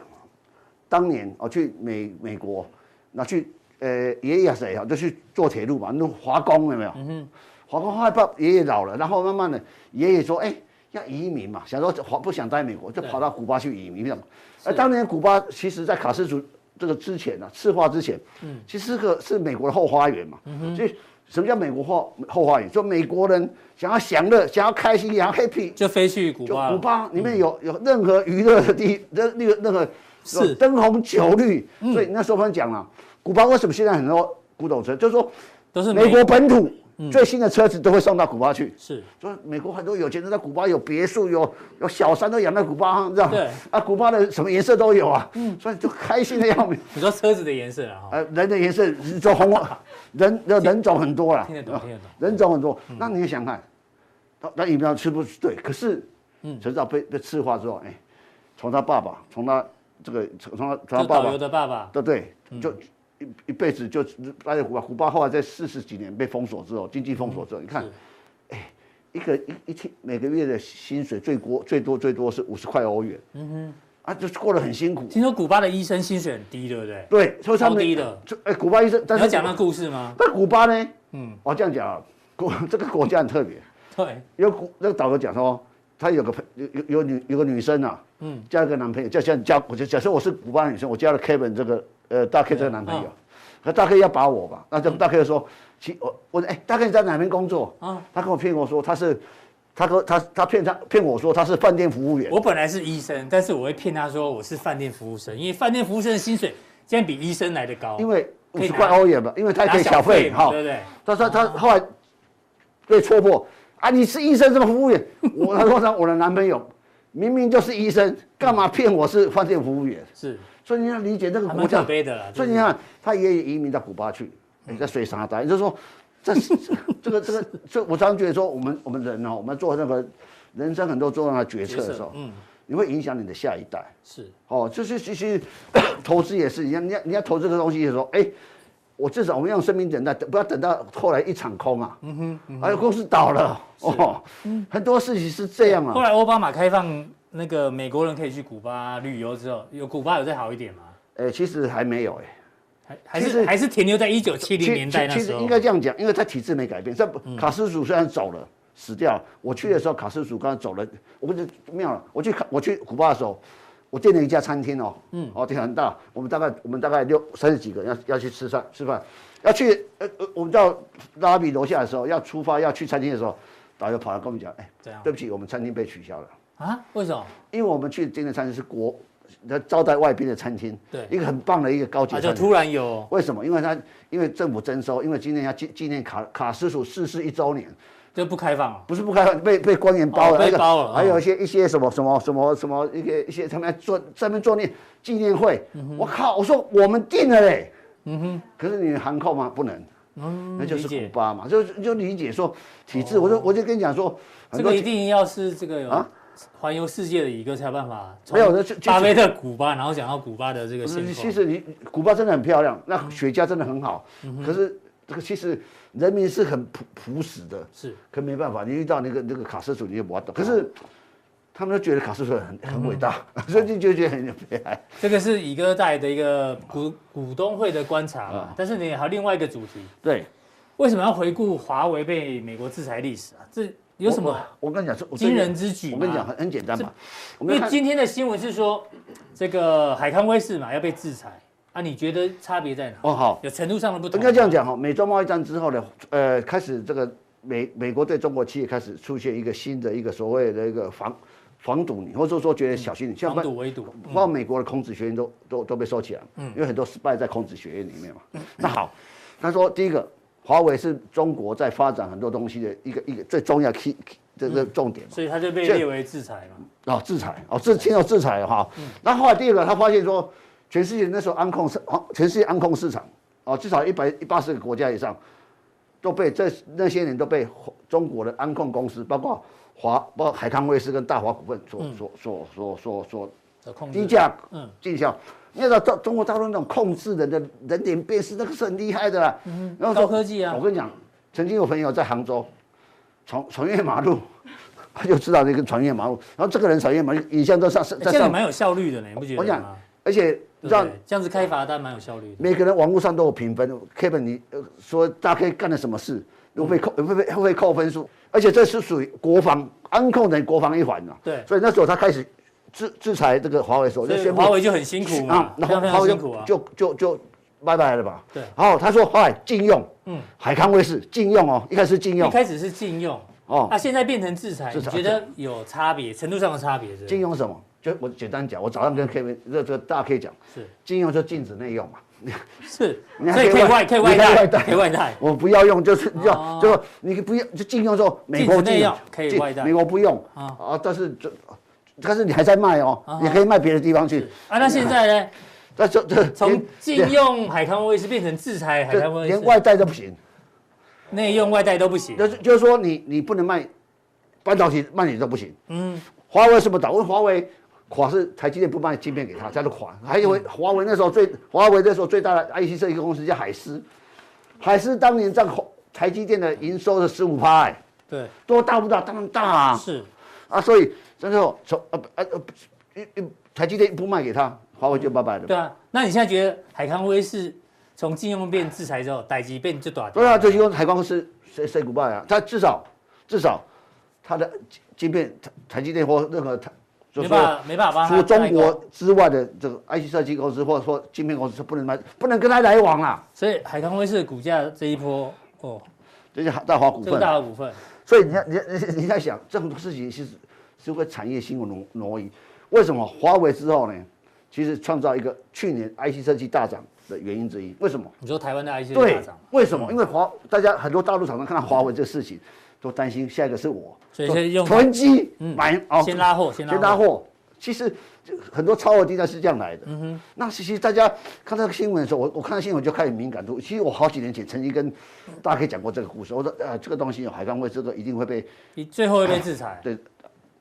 S3: 当年哦去美美国，那去呃爷爷谁啊，就去做铁路嘛，那华工有没有？
S1: 嗯
S3: 华工后来爸爷爷老了，然后慢慢的爷爷说，哎、要移民嘛，想说华不想待美国，就
S1: 对
S3: 跑到古巴去移民，这样。
S1: 是
S3: 哎，当年古巴其实在卡斯族这个之前呢、啊，赤化之前，嗯，其实这个是美国的后花园嘛，
S1: 嗯
S3: 所以。什么叫美国后后花园？说美国人想要享乐，想要开心，想要 happy，
S1: 就飞去古
S3: 就
S1: 巴
S3: 古
S1: 了，
S3: 巴里面有有任何娱乐的地，任那个那个
S1: 是嗯
S3: 灯红酒绿，所以那时候他们讲了，古巴为什么现在很多古董车，就是说
S1: 都是嗯
S3: 美国本土最新的车子都会送到古巴去。
S1: 是
S3: 所以美国很多有钱人在古巴有别墅，有有小山都养在古巴，这样
S1: 对嗯
S3: 啊，古巴的什么颜色都有啊，所以就开心的要命。
S1: 你说车子的颜色啊，哈
S3: 呃，人的颜色就红，人的人种很多啦，哦
S1: 听得懂听得懂嗯
S3: 人种很多。那你想看，他那疫苗吃不吃对？可是，嗯，谁知道被被赤化之后，哎，从他爸爸，从他这个，从他从他
S1: 就
S3: 爸
S1: 导游
S3: 爸，
S1: 的嗯爸爸，
S3: 对对，就一一辈子就待在古巴。古巴后来在四十几年被封锁之后，经济封锁之后，你看哎
S1: 是，
S3: 一个一一天每个月的薪水最多最多最多是五十块欧元，嗯哼，啊，就是过得很辛苦。
S1: 听说古巴的医生薪水很低，对不对？
S3: 对，所以他
S1: 超
S3: 们
S1: 低的
S3: 就哎，古巴医生，但
S1: 你
S3: 是
S1: 要讲那故事吗？
S3: 那古巴呢？
S1: 嗯
S3: 嗯，我这样讲啊，国这个国家很特别，
S1: 对，
S3: 有古那个导游讲说，他有个朋有有有女有个女生啊，嗯，交一个男朋友，就像交我就假设我是古巴女生，我交了 Kevin 这个呃大 K 这个男朋友
S1: 嗯，
S3: 可大 K 要把我吧，那这大 K 就说，其我我说哎、大 K 你在哪边工作？
S1: 嗯
S3: 啊，他跟我骗我说他是。他跟他他骗他骗我说他是饭店服务员，
S1: 我本来是医生，但是我会骗他说我是饭店服务生，因为饭店服务生的薪水竟然比医生来的高，
S3: 因为五
S1: 可以
S3: 十
S1: 拿
S3: 块欧元吧，因为他可以
S1: 拿
S3: 小费
S1: 嘛
S3: 哈，
S1: 对不对？
S3: 他说他后来被戳破啊，你是医生什么服务员？我他说呢，我的男朋友明明就是医生，干嘛骗我是饭店服务员？
S1: 是，
S3: 所以你要理解这个
S1: 还蛮
S3: 国
S1: 可
S3: 家。
S1: 悲的啦。
S3: 所以
S1: 就是
S3: 你看，他爷爷移民到古巴去，哎在水沙滩，也就是说，这这个这个这，我常常觉得说，我们我们人哦，我们做那个人生很多重要的决策的时候，
S1: 嗯，
S3: 你会影响你的下一代。
S1: 是
S3: 哦，就是其实 投资也是一样，你要你要投这个东西的时候，哎、我至少我们用生命等待，等不要等到后来一场空啊，嗯哼，还有公司倒了哦，很多事情是这样
S1: 后
S3: 啊，
S1: 来奥巴马开放那个美国人可以去古巴旅游之后，有古巴有再好一点吗？
S3: 哎、其实还没有哎、
S1: 还还
S3: 其
S1: 是
S3: 实
S1: 还是停留在一九七
S3: 其
S1: 零年代那
S3: 其其
S1: 时
S3: 实
S1: 候，嗯
S3: 应该这样讲，因为他体制没改变，这不卡斯楚虽然走了。死掉了。我去的时候，卡斯楚刚刚走了，我跟你妙了。我去卡，我去古巴的时候，我订了一家餐厅哦，嗯，哦，店很大，我们大概我们大概六三十几个人要要去吃饭吃饭，要去呃呃，我们到拉比楼下的时候，要出发要去餐厅的时候，导游跑来跟我们讲，哎
S1: 怎样，
S3: 对不起，我们餐厅被取消了。
S1: 啊？为什么？
S3: 因为我们去订的餐厅是国那招待外宾的餐厅，
S1: 对
S3: 一个很棒的一个高级
S1: 啊，
S3: 餐
S1: 就
S3: 厅。
S1: 突然有
S3: 为什么？因为他因为政府征收，因为今年要纪纪念卡卡斯楚逝世一周年，
S1: 就不开放了，
S3: 不是不开放，被被官员包
S1: 哦
S3: 了，
S1: 被
S3: 那个
S1: 包了
S3: 还有一些一些什么什么什么什么一些一些他们在做专门做念纪念会，
S1: 嗯
S3: 我靠！我说我们定了嘞，嗯哼，可是你航空吗？不能。
S1: 嗯，
S3: 那就是
S1: 理
S3: 古
S1: 解哦
S3: 巴嘛，就就理解说体制，我就我就跟你讲说，很
S1: 这
S3: 多
S1: 个一定要是这个有
S3: 啊
S1: 环游世界的一个才有办法，
S3: 没有那就就
S1: 巴菲特古巴，然后讲到古巴的这个
S3: 不
S1: 现
S3: 是其
S1: 况，嗯
S3: 实你古巴真的很漂亮，那雪茄真的很好，可是这个其实人民是很朴朴实的，
S1: 是
S3: 可没办法，你遇到那个那个卡斯楚，你也不懂。可
S1: 啊
S3: 是他们都觉得卡斯楚很很伟大，
S1: 嗯
S3: 所以就觉得很悲哀。
S1: 这个是以哥带的一个股股东会的观察
S3: 啊
S1: 嘛，但是你还有另外一个主题，
S3: 对，
S1: 为什么要回顾华为被美国制裁历史啊？这有什么？
S3: 我？我跟你讲，这我
S1: 惊人之举
S3: 我跟你
S1: 吗
S3: 讲，很很简单嘛。我
S1: 因
S3: 们
S1: 为
S3: 看
S1: 今天的新闻是说，这个海康威视嘛要被制裁啊，你觉得差别在哪？
S3: 哦好，
S1: 有程度上的不同。
S3: 应该这样，讲哈，美中贸易战之后呢，呃，开始这个美美国对中国企业开始出现一个新的一个所谓的一个防防堵你，或者说觉得小心你，像
S1: 防堵围堵，
S3: 包括美国的孔子学院都都都被收起来，嗯，因为很多 spy 在孔子学院里面嘛。那好，他说第一个，华为是中国在发展很多东西的一个一个最重要 key key- 这个重点嘛，
S1: 所以他就被
S3: 这
S1: 列为制裁嘛。
S3: 啊、制裁哦，制听到制裁了哈。那、后来第二个，他发现说，全世界那时候安控市，啊全世界安控市场哦，至少一百一八十个国家以上都被这那些年都被中国的安控公司，包括华，包括海康威视跟大华股份所所所所所所
S1: 的控制
S3: 低价
S1: 嗯
S3: 进销。你要知道中中国大陆那种控制人的人脸辨识，那个是很厉害的啦。然
S1: 高科技啊
S3: 我跟你讲，曾经有朋友在杭州穿穿越马路， 他就知道这个穿越马路，然后这个人穿越马路，影像都上上
S1: 哎
S3: 在
S1: 这样
S3: 上面，
S1: 蛮有效率的呢，你不觉
S3: 我
S1: 得
S3: 想
S1: 吗？
S3: 而且
S1: 对不
S3: 你知道
S1: 对？这样子开罚单蛮有效率的。
S3: 每个人网络上都有评分，Kevin 你呃说大概干了什么事，会
S1: 嗯
S3: 被扣会被会被扣分数，而且这是属于国防安控等于国防一环呐、啊
S1: 对
S3: 所以那时候他开始制制裁这个华为的时候，
S1: 所
S3: 就
S1: 以
S3: 宣布
S1: 华为就很辛苦嘛，非
S3: 然后
S1: 常非
S3: 华
S1: 常
S3: 为
S1: 辛苦啊
S3: 就。就就就拜拜了吧。
S1: 对
S3: 然后他说后来禁用，
S1: 嗯
S3: 嗯，海康威视禁用哦，一开始禁
S1: 一
S3: 用，
S1: 开始是禁用，
S3: 哦
S1: 那现在变成制裁，你
S3: 制裁
S1: 觉得有差别，程度上的差别是不
S3: 禁
S1: 是？
S3: 用什么？就我简单讲，我早上跟 Kevin 这这大家可以讲，
S1: 是
S3: 禁用就禁止内用嘛。
S1: 是，
S3: 你
S1: 所以
S3: 还
S1: 可
S3: 可
S1: 以
S3: 以
S1: 外
S3: 外
S1: 可以外
S3: 你还可以
S1: 带，
S3: 外带
S1: 可以外带，
S3: 我不要用，就是要、
S1: 哦
S3: 就是你不要就禁用说美国
S1: 禁止内
S3: 禁
S1: 用可以
S3: 禁
S1: 外带
S3: 美国不用
S1: 啊
S3: 啊但是这但是你还在卖哦，
S1: 啊
S3: 你可以卖别的地方去。
S1: 啊。那现在呢？
S3: 但是这
S1: 从
S3: 连
S1: 禁用海康威视变成制裁海
S3: 这
S1: 康威视
S3: 连，外带都不行，
S1: 内用外带都不行。
S3: 就是就是说你你不能卖半导体卖你都不行。
S1: 嗯，
S3: 华为是不倒，因为华为垮是台积电不卖晶片给他，他就垮。还有华为那时候最华为那时候最大的 IC 设计公司叫海思，海思当年占华台积电的营收的十五趴，哎
S1: 对，
S3: 多大不大？当然大啊！
S1: 是
S3: 啊，所以那时候从呃呃呃，一一台积电不卖给他，华为就拜拜了。
S1: 对啊。那你现在觉得海康威视从禁用变制裁之后，逮鸡变就打掉
S3: 对啊，这就跟台光是 say say goodbye 啊，他至少至少他的晶晶片台台积电或任何台就
S1: 没
S3: 是
S1: 办法没办法帮
S3: 除
S1: 他
S3: 了中
S1: 代工
S3: 国之外的这个 IC 设计公司或者说晶片公司是不能买，不能跟他来往啊啦。
S1: 所以海康威视的股价这一波哦，
S3: 这是大华股
S1: 这个
S3: 份，啊
S1: 大的股份
S3: 所以你要你要你你在想这种事情是是会产业新闻挪挪移。为什么华为之后呢？其实创造一个去年 IC 设计大涨的原因之一。为什么？
S1: 你说台湾的 IC
S3: 对
S1: 大涨，，
S3: 为什么？因为华大家很多大陆厂商看到华为这事情，都担心下一个是我，
S1: 所以先用
S3: 囤积
S1: 嗯
S3: 买哦，
S1: 先拉货，先
S3: 先拉
S1: 货，
S3: 货。其实这很多超额低价是这样来的。
S1: 嗯
S3: 那其实大家看到新闻的时候，我我看到新闻就开始敏感度。其实我好几年前曾经跟大家可以讲过这个故事，我说呃这个东西海康威这个一定会被
S1: 你最后会被制裁。
S3: 对，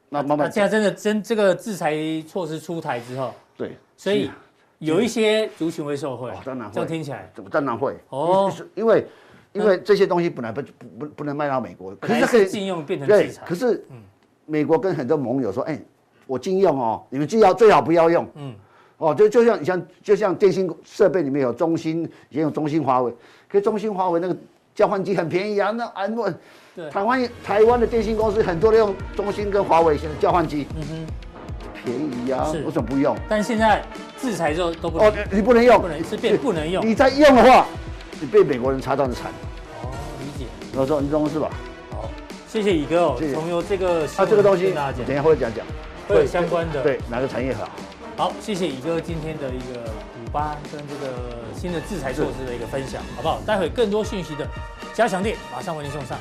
S3: 那哎慢
S1: 那
S3: 慢
S1: 现在真的真啊这个制裁措施出台之后，
S3: 对，
S1: 所以有一些族群会受惠
S3: 啊哦，当然会
S1: 这样听起来
S3: 这当然会
S1: 哦
S3: 因为因为这些东西本来不不不不能卖到美国，可
S1: 本
S3: 是
S1: 来
S3: 这可
S1: 是
S3: 以
S1: 禁用变成
S3: 对
S1: 制，裁嗯
S3: 可，是美国跟很多盟友说，哎，我禁用哦，你们最好最好不要用。
S1: 嗯，
S3: 哦，就就像像就像电信设备里面有中兴，也有中兴华为，可是中兴华为那个交换机很便宜啊，那安稳。
S1: 对
S3: 台湾台湾的电信公司很多都用中兴跟华为现在交换机，
S1: 嗯哼。
S3: 便宜啊
S1: 是，
S3: 为什么不用？
S1: 但现在制裁之后都不能
S3: 哦，你不能用，
S1: 不能是变不能用
S3: 你再用的话，你被美国人查到的惨。
S1: 哦，理解。
S3: 我说你懂我意思吧？
S1: 好，谢谢乙哥哦
S3: 谢，谢
S1: 从由这个
S3: 啊，
S1: 新
S3: 这个
S1: 闻
S3: 东西
S1: 哦跟大家
S3: 等一
S1: 讲，
S3: 下会讲讲，
S1: 会有相关的
S3: 对哪个产业好。
S1: 好，谢谢乙哥今天的一个古巴跟这个新的制裁措施的一个分享，好不好？待会更多讯息的加强店马上为您送上。